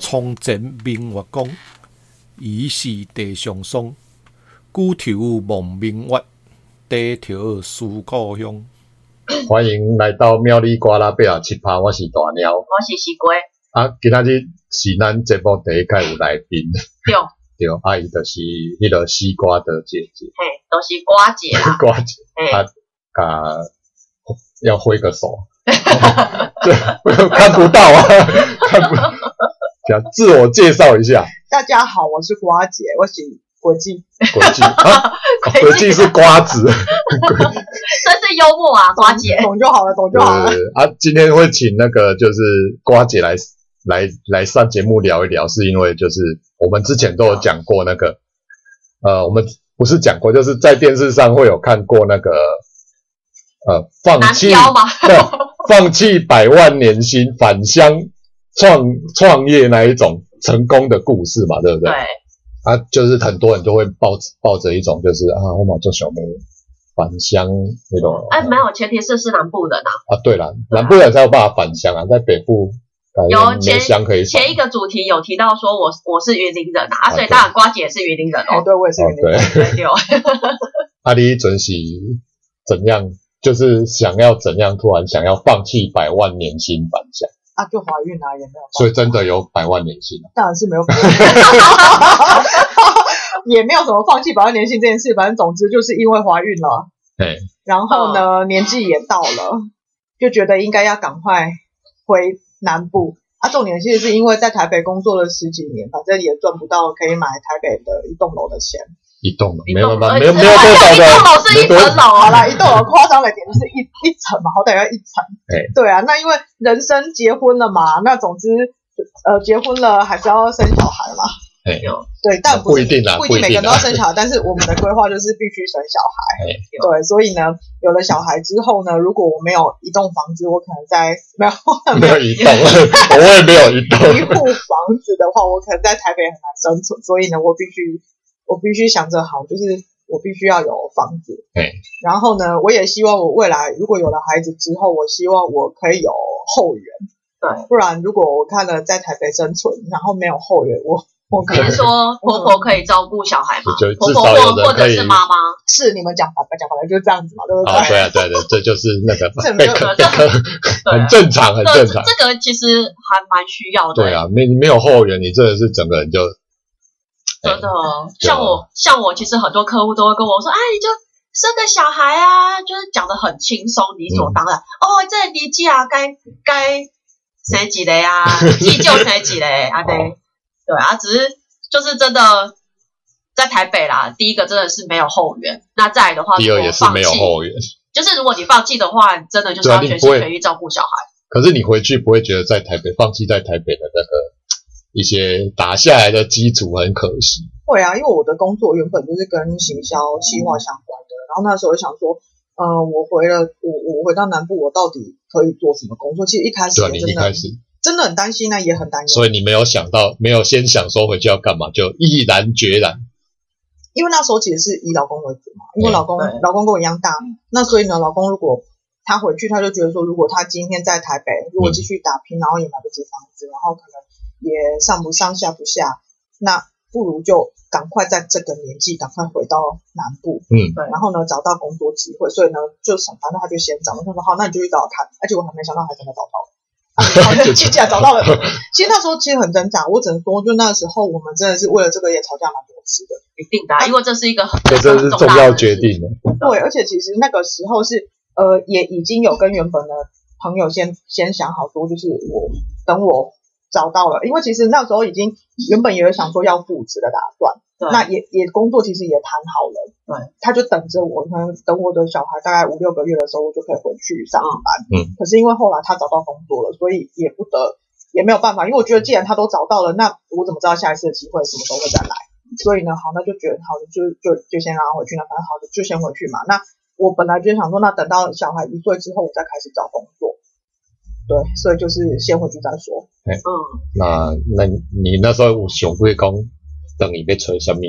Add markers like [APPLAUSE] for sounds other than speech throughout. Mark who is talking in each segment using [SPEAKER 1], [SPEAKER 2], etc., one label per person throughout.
[SPEAKER 1] 堂前明月光，疑是地上霜。举头望明月，低头思故乡。
[SPEAKER 2] 欢迎来到妙丽瓜拉贝尔七趴，我是大鸟。
[SPEAKER 3] 我是西瓜，
[SPEAKER 2] 啊，今仔日是咱节目第一届有来宾，
[SPEAKER 3] 对，
[SPEAKER 2] [LAUGHS] 对，啊，伊就是迄个西瓜的姐姐，，
[SPEAKER 3] 嘿，都、就是瓜姐啦
[SPEAKER 2] 瓜姐，
[SPEAKER 3] 嘿，
[SPEAKER 2] 啊啊，要挥个手，这看不到啊， [LAUGHS] 看不，讲自我介绍一下，
[SPEAKER 4] 大家好，我是瓜姐，我是国际
[SPEAKER 2] 国际啊，
[SPEAKER 3] [LAUGHS]
[SPEAKER 2] 国际是瓜子，
[SPEAKER 3] 真是幽默啊，瓜姐，
[SPEAKER 4] 懂就好了，懂就
[SPEAKER 2] 对
[SPEAKER 4] 好了。
[SPEAKER 2] 啊，今天会请那个就是瓜姐来来来上节目聊一聊，是因为就是我们之前都有讲过那个，呃，我们不是讲过，就是在电视上会有看过那个，呃，放
[SPEAKER 3] 南
[SPEAKER 2] 弃
[SPEAKER 3] 漂嘛，
[SPEAKER 2] [LAUGHS] 对放弃百万年薪返乡创创业那一种成功的故事嘛，对不对？
[SPEAKER 3] 对，
[SPEAKER 2] 啊，就是很多人都会抱着抱着一种就是啊，我马做小妹返乡那种。
[SPEAKER 3] 哎，没有，前提是是南部人啊。
[SPEAKER 2] 啊，对了，
[SPEAKER 3] 对啊
[SPEAKER 2] 南部人才有办法返乡啊，在北部感
[SPEAKER 3] 有
[SPEAKER 2] 觉没
[SPEAKER 3] 前
[SPEAKER 2] 乡可以返。
[SPEAKER 3] 前一个主题有提到说我我是云林人啊，啊所
[SPEAKER 2] 啊对
[SPEAKER 3] 以当然瓜姐也是云林人
[SPEAKER 4] 哦，
[SPEAKER 3] 哦，
[SPEAKER 4] 对，我也是
[SPEAKER 2] 哦
[SPEAKER 4] 云，林
[SPEAKER 2] 对 [LAUGHS]
[SPEAKER 4] 人。，
[SPEAKER 3] 对对哦，
[SPEAKER 2] 阿里准是怎样？就是想要怎样？突然想要放弃百万年薪返乡，
[SPEAKER 4] 啊，就怀孕啊，也没有，
[SPEAKER 2] 所以真的有百万年薪啊。
[SPEAKER 4] 当然是没有，
[SPEAKER 2] [LAUGHS]
[SPEAKER 4] 也没有什么放弃保万年薪这件事，反正总之就是因为怀孕了，
[SPEAKER 2] 哎，
[SPEAKER 4] 然后呢，年纪也到了，就觉得应该要赶快回南部。啊，重点其实是因为在台北工作了十几年，反正也赚不到可以买台北的一栋楼的钱。
[SPEAKER 2] 一栋楼
[SPEAKER 3] 一
[SPEAKER 2] 没有
[SPEAKER 3] 栋
[SPEAKER 2] 办法，
[SPEAKER 3] 楼
[SPEAKER 2] 没有
[SPEAKER 3] 是
[SPEAKER 2] 没有多少
[SPEAKER 3] 一栋楼
[SPEAKER 2] 的，
[SPEAKER 3] 是一层楼
[SPEAKER 4] 好
[SPEAKER 3] 啊，
[SPEAKER 4] 啦，一栋楼夸张了一点，就是一一层嘛，好歹要一层。
[SPEAKER 2] 哎
[SPEAKER 4] 对啊，那因为人生结婚了嘛，那总之呃结婚了还是要生小孩嘛。
[SPEAKER 2] 哎，
[SPEAKER 3] 有
[SPEAKER 4] 对，但
[SPEAKER 2] 不一
[SPEAKER 4] 是
[SPEAKER 2] 定啊
[SPEAKER 4] 不
[SPEAKER 2] 不一定啊
[SPEAKER 4] 一定每个人都要生小孩，但是我们的规划就是必须生小
[SPEAKER 2] 哎
[SPEAKER 4] 孩。对，所以呢，有了小孩之后呢，如果我没有一栋房子，我可能在没有
[SPEAKER 2] 没有一栋，我也没有一栋。
[SPEAKER 4] 一
[SPEAKER 3] [LAUGHS]
[SPEAKER 4] 户房子的话，我可能在台北很难生存，所以呢，我必须我必须想着好，就是我必须要有房子。
[SPEAKER 2] 对。
[SPEAKER 4] 然后呢，我也希望我未来如果有了孩子之后，我希望我可以有后援。
[SPEAKER 3] 对，
[SPEAKER 4] 不然如果我看了在台北生存，然后没有后援，我我可
[SPEAKER 2] [LAUGHS]
[SPEAKER 3] 比如
[SPEAKER 4] 能
[SPEAKER 3] 说婆婆可以照顾小孩嘛
[SPEAKER 2] 就，
[SPEAKER 3] 婆
[SPEAKER 2] 至
[SPEAKER 3] 婆
[SPEAKER 2] 少有
[SPEAKER 3] 或
[SPEAKER 2] 人
[SPEAKER 3] 或
[SPEAKER 2] 可
[SPEAKER 3] 者
[SPEAKER 2] 以
[SPEAKER 3] 是妈妈，
[SPEAKER 4] 是你们讲法讲法来就是这样子嘛，对不
[SPEAKER 2] 啊，对啊，对对，这就是那个 [LAUGHS]
[SPEAKER 4] 这没
[SPEAKER 2] 被
[SPEAKER 4] 有
[SPEAKER 2] 坑
[SPEAKER 3] 啊这
[SPEAKER 2] 被坑，
[SPEAKER 3] 对
[SPEAKER 2] 很正常，很
[SPEAKER 3] 这
[SPEAKER 2] 正常。
[SPEAKER 3] 这个其实还蛮需要的，
[SPEAKER 2] 对啊，没没有后援，你真的是整个人就
[SPEAKER 3] 真的，
[SPEAKER 2] 对啊
[SPEAKER 3] 像我像我，其实很多客户都会跟我说，哎，你就生个小孩啊，就是讲的很轻松，理所
[SPEAKER 2] 嗯
[SPEAKER 3] 当然。哦，这个年纪啊，该该谁几嘞
[SPEAKER 2] [LAUGHS]
[SPEAKER 3] 啊，记就谁几嘞啊，对、
[SPEAKER 2] 哦
[SPEAKER 3] 对啊，只是就是真的在台北啦，第一个真的是没有后援，那再来的话，
[SPEAKER 2] 哎第二也是没有
[SPEAKER 3] 如果放弃，
[SPEAKER 2] 后援。
[SPEAKER 3] 就是如果你放弃的话，真的就是
[SPEAKER 2] 对啊
[SPEAKER 3] 要
[SPEAKER 2] 你
[SPEAKER 3] 全
[SPEAKER 2] 不会
[SPEAKER 3] 心全意照顾小孩。
[SPEAKER 2] 可是你回去不会觉得在台北放弃在台北的那个一些打下来的基础很可惜？
[SPEAKER 4] 会啊，因为我的工作原本就是跟行销企划相关的，然后那时候想说，呃，我回了，我我回到南部，我到底可以做什么工作？其实一开始
[SPEAKER 2] 对啊，
[SPEAKER 4] 也
[SPEAKER 2] 你
[SPEAKER 4] 真
[SPEAKER 2] 一
[SPEAKER 4] 的、
[SPEAKER 2] 开始，
[SPEAKER 4] 真的很担心啊，也很担
[SPEAKER 2] 所
[SPEAKER 4] 心，
[SPEAKER 2] 以你没有想到，没有先想说回去要干嘛，就毅然决然。
[SPEAKER 4] 因为那时候其实是以老公为主嘛，因为老公、
[SPEAKER 3] 对
[SPEAKER 4] 老公跟我一样大，那所以呢，老公如果他回去，他就觉得说，如果他今天在台北，
[SPEAKER 3] 嗯
[SPEAKER 4] 如果继续打拼，然后也买不起房子，然后可能也上不上下不下，那不如就赶快在这个年纪赶快回到南部，
[SPEAKER 2] 嗯，
[SPEAKER 3] 对
[SPEAKER 4] 然后呢找到工作机会，所以呢就想，反正他就先找，他说好，那你就去找看，而且我还没想到还真的找到
[SPEAKER 3] [LAUGHS]
[SPEAKER 4] 了。啊，就竟然找到了。其实那时候其实很挣扎，我只能说，就那时候我们真的是为了这个也吵架蛮多次的。
[SPEAKER 3] 一定的啊、因为这是一个很
[SPEAKER 2] 这真是重
[SPEAKER 3] 大
[SPEAKER 2] 要
[SPEAKER 3] 的
[SPEAKER 2] 决
[SPEAKER 3] 事。
[SPEAKER 2] 定了。
[SPEAKER 4] 对，而且其实那个时候是呃，也已经有跟原本的朋友先先想好说，就是我等我找到了，因为其实那时候已经原本也有想说要复职的打算，
[SPEAKER 3] 对
[SPEAKER 4] 那也也工作其实也谈好了，
[SPEAKER 3] 对，
[SPEAKER 4] 他就等着我，可能等我的小孩大概五六个月的时候，我就可以回去上班。
[SPEAKER 2] 嗯，
[SPEAKER 4] 可是因为后来他找到工作了，所以也不得也没有办法，因为我觉得既然他都找到了，那我怎么知道下一次的机会什么时候会再来？所以呢，好，那就觉得好，就就就先让他回去，那反正好就先回去嘛。那我本来就想说，那等到小孩一岁之后，我再开始找工作。对，所以就是先回去再说。
[SPEAKER 3] 嗯，
[SPEAKER 2] 那那你那时候有想过讲，等你被吹什么，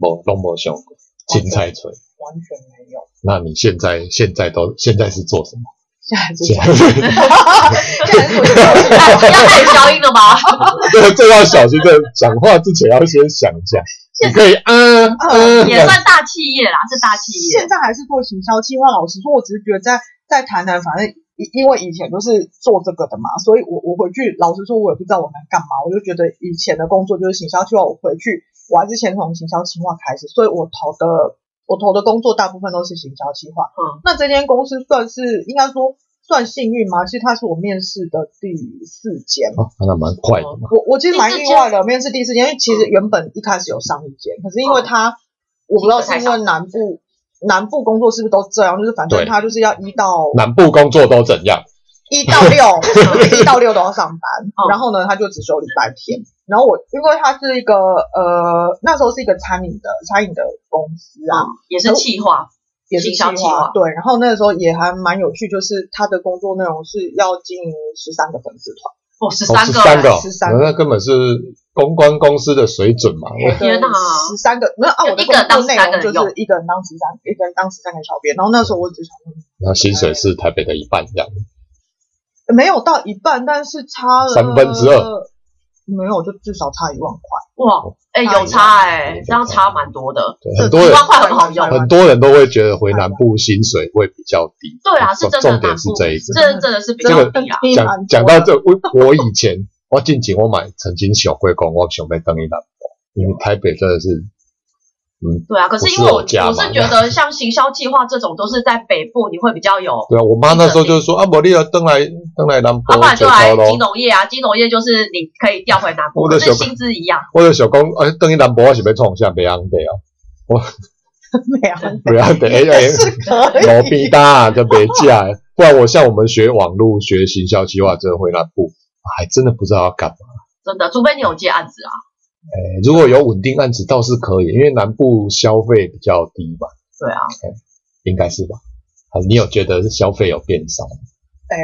[SPEAKER 2] 无拢无想
[SPEAKER 4] 哦
[SPEAKER 2] 过，青菜吹。
[SPEAKER 4] 完全没有，
[SPEAKER 2] 那你现在现在都现在是做什么？
[SPEAKER 4] 现在是
[SPEAKER 5] 这
[SPEAKER 4] 这
[SPEAKER 5] 样
[SPEAKER 4] 样，现在是我就
[SPEAKER 3] 要带消音了吧？
[SPEAKER 2] [LAUGHS] 这个这要小心，这个讲话之前要先想一下。你可以啊啊，
[SPEAKER 4] 呃
[SPEAKER 2] 这
[SPEAKER 3] [LAUGHS] 也
[SPEAKER 2] 样
[SPEAKER 3] 算大企业啦，是大企业
[SPEAKER 4] 现。在还是做行销计划。老实说，我只是觉得在在台南，反正因因为以前都是做这个的嘛，所以我我回去，老实说，我也不知道我能干嘛。我就觉得以前的工作就是行销计划，我回去我还是先从行销计划开始，所以我投的我投的工作大部分都是行销计划。
[SPEAKER 3] 嗯，
[SPEAKER 4] 那这间公司算是应该说算幸运吗？其实它是我面试的第四间。
[SPEAKER 2] 哦，那蛮快的嘛。
[SPEAKER 4] 我我其实蛮意外的，面试第四间，因为其
[SPEAKER 3] 嗯
[SPEAKER 4] 实原本一开始有上一间，可是因为他、我不知道是因为南部南部工作是不是都这样，就是反正
[SPEAKER 2] 对
[SPEAKER 4] 他就是要一到
[SPEAKER 2] 南部工作都怎样？
[SPEAKER 4] 一到六，一到六都要上班，
[SPEAKER 3] 嗯
[SPEAKER 4] 然后呢他就只休礼拜天。然后我因为他是一个呃那时候是一个餐饮的餐饮的公司啊，
[SPEAKER 3] 嗯也是企划，
[SPEAKER 4] 也是
[SPEAKER 3] 行销
[SPEAKER 4] 计
[SPEAKER 3] 计划
[SPEAKER 4] 对，然后那个时候也还蛮有趣，就是他的工作内容是要经营十三个粉丝团。
[SPEAKER 3] 哦，十
[SPEAKER 2] 哦，
[SPEAKER 3] 三
[SPEAKER 2] 十
[SPEAKER 3] 个，
[SPEAKER 2] 三个哦，
[SPEAKER 4] 13个
[SPEAKER 2] 那根本是公关公司的水准嘛。我
[SPEAKER 3] 天哪
[SPEAKER 4] 十三个，没有啊，
[SPEAKER 3] 就
[SPEAKER 4] 我的
[SPEAKER 3] 一个人当
[SPEAKER 4] 工作内
[SPEAKER 3] 13个
[SPEAKER 4] 容就
[SPEAKER 3] 人用
[SPEAKER 4] 是一个人当十三，一个人当十三个小编。然后那时候我只想说，
[SPEAKER 2] 然后薪水是台北的一半这样。
[SPEAKER 4] 没有到一半，但是差了
[SPEAKER 2] 三分之二，
[SPEAKER 4] 没有，就至少差一万块。
[SPEAKER 2] 哦
[SPEAKER 3] 哇，哎，有差哎，这样差蛮多的。
[SPEAKER 2] 对，
[SPEAKER 4] 这
[SPEAKER 2] 很多
[SPEAKER 3] 一
[SPEAKER 2] 人
[SPEAKER 3] 万块很好用
[SPEAKER 2] 很多人都会觉得回南部薪水会比较低。
[SPEAKER 3] 对啊，是真的
[SPEAKER 2] 哦重
[SPEAKER 3] 南
[SPEAKER 2] 点是
[SPEAKER 3] 部，
[SPEAKER 2] 这一个。
[SPEAKER 3] 这真的是比
[SPEAKER 4] 真
[SPEAKER 3] 较
[SPEAKER 4] 的
[SPEAKER 3] 低啊。
[SPEAKER 4] 低
[SPEAKER 2] 讲
[SPEAKER 4] 蛮多的
[SPEAKER 2] 讲到这，我我以前我进前我买曾经小贵公，我想要登一南部，因为台北真的是，嗯，
[SPEAKER 3] 对啊，可是因为
[SPEAKER 2] 不是
[SPEAKER 3] 我
[SPEAKER 2] 我家
[SPEAKER 3] 我
[SPEAKER 2] 嘛
[SPEAKER 3] 是觉得像行销计划这种都是在北部，你会比较有，
[SPEAKER 2] 对啊，我妈那时候就是说啊，我你要登来登来南部
[SPEAKER 3] 啊，不然就
[SPEAKER 2] 就
[SPEAKER 3] 来
[SPEAKER 2] 高
[SPEAKER 3] 金
[SPEAKER 2] 咯，
[SPEAKER 3] 融业啊，金融业就是你可以调回南部，
[SPEAKER 2] 我
[SPEAKER 3] 可
[SPEAKER 2] 的
[SPEAKER 3] 是
[SPEAKER 2] 小
[SPEAKER 3] 薪资一样。
[SPEAKER 2] 我就想讲，啊，登去南部我是要创啥，袂晓得哦，
[SPEAKER 4] 没有，是
[SPEAKER 2] 袂
[SPEAKER 3] [LAUGHS]
[SPEAKER 2] 晓得，哎哎，
[SPEAKER 4] 可
[SPEAKER 2] 老
[SPEAKER 4] 以。
[SPEAKER 2] 逼大啊就别嫁，不然我像我们学网络学行销计划，真的回南部，还真的不知道要干嘛。
[SPEAKER 3] 真的，除非你有接案子啊，
[SPEAKER 2] 哎如果有稳定案子倒是可以，因为南部消费比较低嘛，
[SPEAKER 3] 对啊，
[SPEAKER 2] 应该是吧？啊，你有觉得消费有变少吗？
[SPEAKER 4] 呃，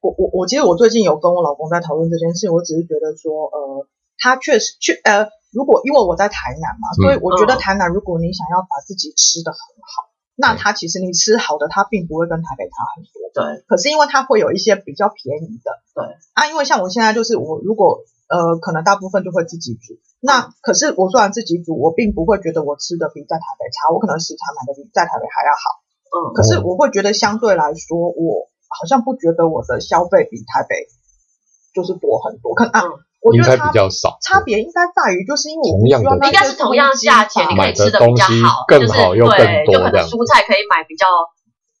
[SPEAKER 4] 我我我其实我最近有跟我老公在讨论这件事，我只是觉得说，呃，他确实确呃，如果因为我在台南嘛，所以我觉得
[SPEAKER 3] 嗯
[SPEAKER 4] 台南，如果你想要把自己吃的很好，那
[SPEAKER 2] 对
[SPEAKER 4] 它其实你吃好的，它并不会跟台北差很多。
[SPEAKER 3] 对，
[SPEAKER 4] 可是因为它会有一些比较便宜的，
[SPEAKER 3] 对
[SPEAKER 4] 啊，因为像我现在就是我如果呃可能大部分就会自己煮，
[SPEAKER 3] 嗯
[SPEAKER 4] 那可是我虽然自己煮，我并不会觉得我吃的比在台北差，我可能食材买的比在台北还要好，
[SPEAKER 3] 嗯，
[SPEAKER 4] 可
[SPEAKER 2] 哦
[SPEAKER 4] 是我会觉得相对来说，我好像不觉得我的消费比台北就是多很多，可能啊
[SPEAKER 3] 嗯，
[SPEAKER 4] 我
[SPEAKER 2] 应
[SPEAKER 4] 觉
[SPEAKER 2] 该
[SPEAKER 4] 得
[SPEAKER 2] 比
[SPEAKER 4] 它
[SPEAKER 2] 较少，
[SPEAKER 4] 差别应该在于就是因为我
[SPEAKER 2] 同样的
[SPEAKER 4] 需要那
[SPEAKER 3] 应该是
[SPEAKER 4] 些
[SPEAKER 3] 同样
[SPEAKER 4] 空间
[SPEAKER 3] 价钱，
[SPEAKER 4] 吧
[SPEAKER 3] 你可以吃的比较
[SPEAKER 2] 买的东
[SPEAKER 3] 好，
[SPEAKER 2] 西
[SPEAKER 3] 就是
[SPEAKER 2] 更好又更
[SPEAKER 3] 对，
[SPEAKER 2] 多
[SPEAKER 3] 就可
[SPEAKER 2] 这
[SPEAKER 3] 能
[SPEAKER 2] 样子
[SPEAKER 3] 蔬菜可以买比较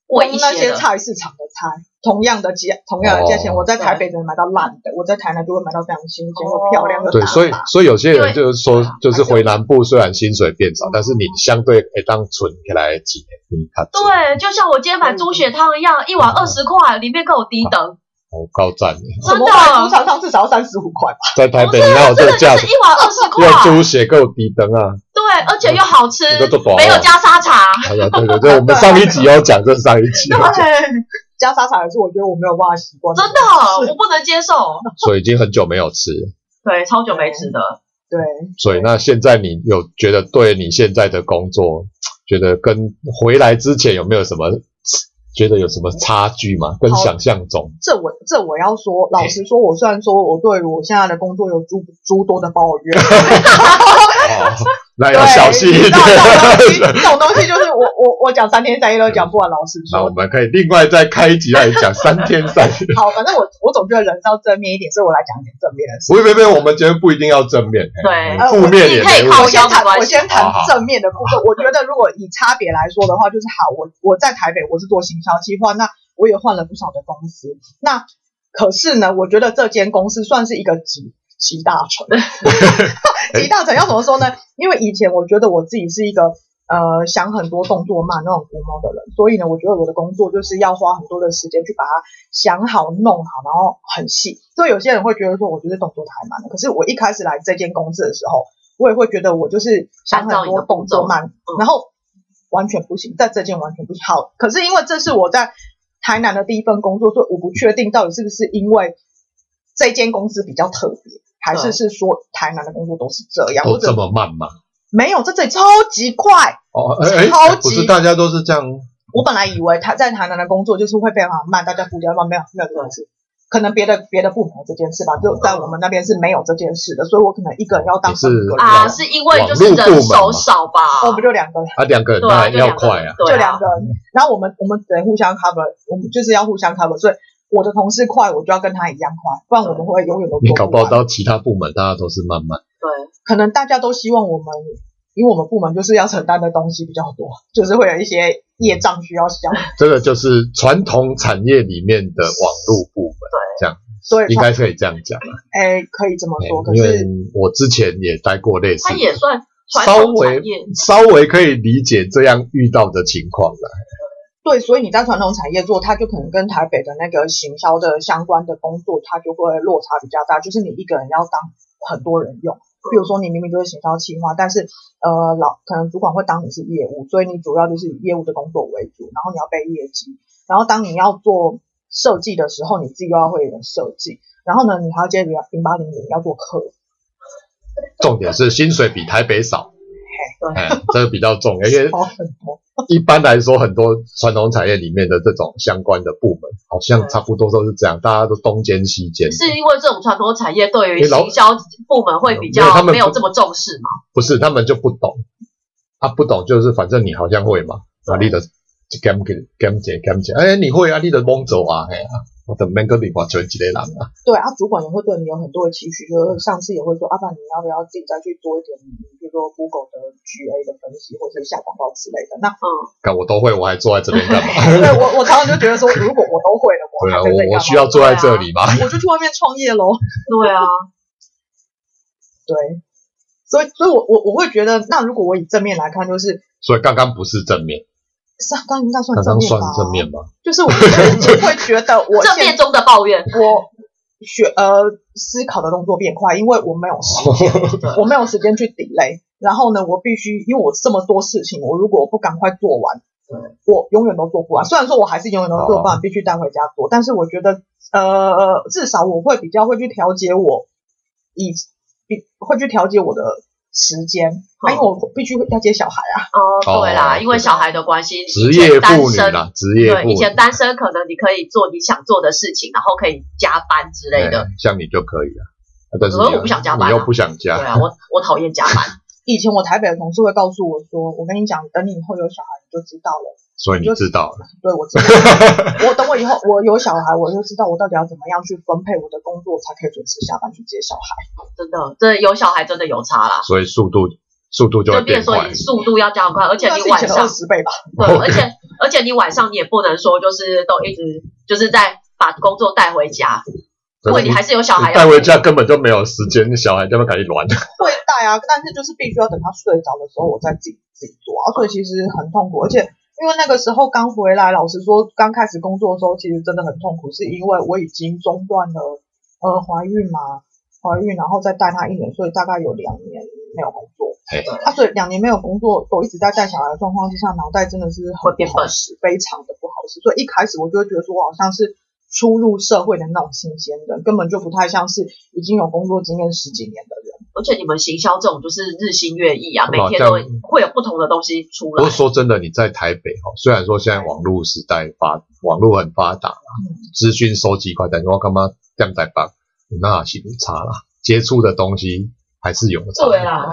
[SPEAKER 3] 贵一
[SPEAKER 4] 那
[SPEAKER 3] 些
[SPEAKER 4] 些
[SPEAKER 3] 的，
[SPEAKER 4] 菜市场的菜，同样的价，同样的价钱，
[SPEAKER 2] 哦
[SPEAKER 4] 我在台北只能买到烂的，我在台南就会买到非常新鲜又
[SPEAKER 3] 哦
[SPEAKER 4] 漂亮的
[SPEAKER 2] 对，
[SPEAKER 4] 大
[SPEAKER 2] 所以
[SPEAKER 4] 把
[SPEAKER 2] 所以有些人就是
[SPEAKER 3] 因
[SPEAKER 2] 说
[SPEAKER 3] 为，
[SPEAKER 2] 就是回南部虽然薪水变少，但是你相对可以当存起来几年，你看
[SPEAKER 3] 对，就像我今天买猪血汤一样，一碗二十块，里面够有低等，
[SPEAKER 2] 好哦高赞耶，
[SPEAKER 3] 真
[SPEAKER 4] 什
[SPEAKER 3] 的哦
[SPEAKER 4] 么外出厂商至少要三十五块吧？
[SPEAKER 2] 在台北哪有这个
[SPEAKER 3] 真的就
[SPEAKER 2] 价
[SPEAKER 3] 是
[SPEAKER 2] 钱？
[SPEAKER 3] 一碗二十块，
[SPEAKER 2] 要猪血够低灯啊！
[SPEAKER 3] 对，而且又好吃
[SPEAKER 2] 这个都大啊碗，
[SPEAKER 3] 没有加沙茶，
[SPEAKER 2] 哎呀，对对对，我们上一集有讲，这是上一集
[SPEAKER 3] [LAUGHS]
[SPEAKER 2] 有讲，
[SPEAKER 4] 加沙茶也是我觉得我没有办法习惯
[SPEAKER 3] 真的哦
[SPEAKER 4] 是
[SPEAKER 3] 我不能接受，
[SPEAKER 2] 所以已经很久没有吃了。
[SPEAKER 3] 对，超久没吃的，
[SPEAKER 4] 对，
[SPEAKER 2] 所以那现在你有觉得对你现在的工作，觉得跟回来之前有没有什么觉得有什么差距吗？跟
[SPEAKER 4] 好
[SPEAKER 2] 想象中
[SPEAKER 4] 这我这我要说，老实说，我虽然说我对于我现在的工作有诸诸多的抱怨，
[SPEAKER 2] 哦，那
[SPEAKER 4] 对
[SPEAKER 2] 要，小心一
[SPEAKER 4] 你知道
[SPEAKER 2] 点。
[SPEAKER 4] 这种东西，这种东西就是我我我讲三天三夜都讲不完，老实
[SPEAKER 2] [LAUGHS] 那我
[SPEAKER 4] 说。
[SPEAKER 2] 们可以另外再开一集来讲三天三夜。
[SPEAKER 4] 好，反正我我总觉得人是要正面一点，所以我来讲一点正面的事。
[SPEAKER 2] 不不不，我们觉得不一定要正面，
[SPEAKER 3] 对
[SPEAKER 2] 哎负面也
[SPEAKER 3] 你可
[SPEAKER 2] 没
[SPEAKER 3] 以
[SPEAKER 2] 问
[SPEAKER 3] 靠
[SPEAKER 4] 我
[SPEAKER 2] 题。
[SPEAKER 4] 先谈
[SPEAKER 3] 好
[SPEAKER 4] 我先谈
[SPEAKER 2] 好好
[SPEAKER 4] 正面的部分。我觉得如果以差别来说的话，就是好，我我在台北我是做行销计划，那我也换了不少的公司。那可是呢，我觉得这间公司算是一个集集大成。集大成要怎么说呢？ [LAUGHS] 因为以前我觉得我自己是一个呃想很多动作慢那种古猫的人，所以呢，我觉得我的工作就是要花很多的时间去把它想好、弄好，然后很细。所以有些人会觉得说，我觉得动作太慢了。可是我一开始来这间公司的时候，我也会觉得我就是想很多动作慢，然后完全不行，在这件完全不行。好，可是因为这是我在台南的第一份工作，所以我不确定到底是不是因为这间公司比较特别，还
[SPEAKER 3] 对
[SPEAKER 4] 是是说台南的工作都是这样，
[SPEAKER 2] 都嗯
[SPEAKER 4] 或
[SPEAKER 2] 哦这
[SPEAKER 4] 者
[SPEAKER 2] 么慢吗？
[SPEAKER 4] 没有在这里超级快。
[SPEAKER 2] 哦，哎哎，
[SPEAKER 4] 超级
[SPEAKER 2] 不是大家都是这样，
[SPEAKER 4] 我本来以为他在台南的工作就是会非常慢，大家互相慢，没有没有这回事。可能别的别的部门有这件事吧，就在我们那边是没有这件事的，所以我可能一个人要当三个
[SPEAKER 2] 你
[SPEAKER 4] 人，
[SPEAKER 3] 啊，是因为就是人手少吧？
[SPEAKER 4] 哦，不就两个人，
[SPEAKER 2] 啊，两个人
[SPEAKER 3] 对
[SPEAKER 2] 当
[SPEAKER 3] 啊，
[SPEAKER 2] 然
[SPEAKER 3] 就
[SPEAKER 2] 要
[SPEAKER 3] 两个
[SPEAKER 2] 快
[SPEAKER 3] 人
[SPEAKER 2] 啊，，
[SPEAKER 3] 对
[SPEAKER 4] 就
[SPEAKER 3] 啊
[SPEAKER 4] 两个人，然后我们我们只能互相 cover，我们就是要互相 cover，所以我的同事快，我就要跟他一样快，不然我们会永远都
[SPEAKER 2] 你搞
[SPEAKER 4] 做不
[SPEAKER 2] 不好
[SPEAKER 4] 完。
[SPEAKER 2] 到其他部门大家都是慢慢，
[SPEAKER 3] 对，
[SPEAKER 4] 可能大家都希望我们，因为我们部门就是要承担的东西比较多，就是会有一些业障需要消，
[SPEAKER 2] 这个就是传统产业里面的网络部门，
[SPEAKER 4] 所以
[SPEAKER 2] 应该可以这样讲啊，
[SPEAKER 4] 哎可以这么说，可
[SPEAKER 2] 因
[SPEAKER 4] 是
[SPEAKER 2] 为我之前也待过类似
[SPEAKER 3] 它
[SPEAKER 2] 的，
[SPEAKER 3] 也算传
[SPEAKER 2] 稍
[SPEAKER 3] 统
[SPEAKER 2] 微
[SPEAKER 3] 产业，
[SPEAKER 2] 稍微可以理解这样遇到的情况了。
[SPEAKER 4] 对，所以你在传统产业做，它就可能跟台北的那个行销的相关的工作，它就会落差比较大，就是你一个人要当很多人用。比如说你明明就是行销企划，但是呃老可能主管会当你是业务，所以你主要就是以业务的工作为主，然后你要背业绩，然后当你要做设计的时候，你自己又要会设计，然后呢你还要接零零八零零要做客户
[SPEAKER 2] 重点是薪水比台北少，
[SPEAKER 3] 对
[SPEAKER 2] 哎，这个比较重要，因为
[SPEAKER 4] 超很多，
[SPEAKER 2] 一般来说，很多传统产业里面的这种相关的部门，好像差不多都是这样，大家都东兼西兼。
[SPEAKER 3] 是因为这种传统产业对于
[SPEAKER 2] 因为老
[SPEAKER 3] 行销部门会比
[SPEAKER 2] 因为他
[SPEAKER 3] 较
[SPEAKER 2] 们
[SPEAKER 3] 没有这么重视嘛？
[SPEAKER 2] 不是他们就不懂，啊，不懂就是反正你好像会嘛，
[SPEAKER 3] 哦
[SPEAKER 2] 啊，你的 gam gam 姐 gam 姐，哎，你会啊，你的蒙走啊，哎呀，我的 man 哥比我全几类人啊，
[SPEAKER 4] 对啊，主管也会对你有很多的期许，就是上次也会说，阿、啊、爸你要不要自己再去做一点，比如说 Google 的 GA 的分析，或者是下广告之类
[SPEAKER 2] [LAUGHS]
[SPEAKER 4] 的。那
[SPEAKER 3] 嗯，
[SPEAKER 2] 干我都会，我还坐在这边干嘛？
[SPEAKER 3] [LAUGHS]
[SPEAKER 4] 对我我常常就觉得说，如果我都会了，我
[SPEAKER 2] 对啊，
[SPEAKER 4] 还在这里
[SPEAKER 2] 我我
[SPEAKER 4] 干
[SPEAKER 2] 需
[SPEAKER 4] 嘛？
[SPEAKER 2] 要坐在这里吗？
[SPEAKER 4] 我就去外面创业喽。
[SPEAKER 3] 对啊，
[SPEAKER 4] 对，所以所以我，我我会觉得，那如果我以正面来看，就是
[SPEAKER 2] 所以刚刚不是正面，
[SPEAKER 4] 上刚应该算
[SPEAKER 3] 哦
[SPEAKER 2] 刚
[SPEAKER 4] 正
[SPEAKER 2] 刚
[SPEAKER 4] 面吧？
[SPEAKER 2] 算是正面吗？
[SPEAKER 4] 就是我我会觉得我
[SPEAKER 3] 正
[SPEAKER 4] 现
[SPEAKER 3] 面中的抱怨，嗯
[SPEAKER 4] 我学呃思考的动作变快，因为我没有时间，我没有时间去 delay。然后呢，我必须因为我这么多事情，我如果不赶快做完，我永远都做不完。虽然说我还是永远都做不完，必须带回家做，但是我觉得呃，至少我会比较会去调节我以比会去调节我的时间，啊、因为我必须要接小孩啊。
[SPEAKER 3] 哦，对啦，
[SPEAKER 2] 哦
[SPEAKER 3] 因为小孩的关系，
[SPEAKER 2] 职
[SPEAKER 3] 以
[SPEAKER 2] 业
[SPEAKER 3] 前单
[SPEAKER 2] 妇女
[SPEAKER 3] 身，
[SPEAKER 2] 啦，职业妇
[SPEAKER 3] 对，以
[SPEAKER 2] 女，
[SPEAKER 3] 前单身可能你可以做你想做的事情，然后可以加班之类的
[SPEAKER 2] 哎。像你就可以了。啊但是
[SPEAKER 3] 可是
[SPEAKER 2] 你
[SPEAKER 3] 我不想加班啊
[SPEAKER 2] 你又不想加
[SPEAKER 3] 对，啊，我我讨厌加班，
[SPEAKER 4] 以前我台北的同事会告诉我说：“我跟你讲，等你以后有小孩你就知道了。”
[SPEAKER 2] 所以你知道了，
[SPEAKER 4] [LAUGHS] 对，我知道。我等我以后我有小孩，我就知道我到底要怎么样去分配我的工作，才可以准时下班去接小孩。
[SPEAKER 3] 真的，这有小孩真的有差啦。
[SPEAKER 2] 所以速度速度就
[SPEAKER 3] 就
[SPEAKER 2] 会
[SPEAKER 3] 变
[SPEAKER 2] 变
[SPEAKER 3] 说
[SPEAKER 2] 快
[SPEAKER 3] 你。速度要加快，而且
[SPEAKER 4] 那
[SPEAKER 3] 你
[SPEAKER 4] 是以
[SPEAKER 3] 晚
[SPEAKER 4] 前的二
[SPEAKER 3] 上
[SPEAKER 4] 十倍吧？
[SPEAKER 3] 对，而且而且你晚上你也不能说就是都一直就是在把工作带回家，因为你还是有小孩啊
[SPEAKER 2] 你
[SPEAKER 3] 要
[SPEAKER 2] 带回
[SPEAKER 3] 顾
[SPEAKER 2] 家根本就没有时间，你小孩就会赶紧乱。
[SPEAKER 4] 会带啊，但是就是必须要等他睡着的时候，我再自己自己做啊。所以其实很痛苦，而且因为那个时候刚回来，老实说，刚开始工作的时候其实真的很痛苦，是因为我已经中断了呃怀孕嘛，怀孕然后再带他一年，所以大概有两年没有工作。
[SPEAKER 2] 哎
[SPEAKER 4] 啊，所以两年没有工作，我一直在带小孩的状况之下，脑袋真的是很
[SPEAKER 3] 会变
[SPEAKER 4] 不好
[SPEAKER 3] 笨
[SPEAKER 4] 使，非常的不好使。所以一开始我就会觉得说，我好像是初入社会的那种新鲜人，根本就不太像是已经有工作经验十几年的人。
[SPEAKER 3] 而且你们行销这种就是日新月异啊，每
[SPEAKER 2] 好
[SPEAKER 3] 天都
[SPEAKER 2] 像
[SPEAKER 3] 会有不同的东西出
[SPEAKER 2] 不
[SPEAKER 3] 来
[SPEAKER 2] 过。说真的，你在台北哈，虽然说现在网络时代发，网络很发达啦
[SPEAKER 4] 嗯，
[SPEAKER 2] 资讯收集快，但是我干嘛这样在帮？那是有差啦，接触的东西还是有差。
[SPEAKER 3] 对啦，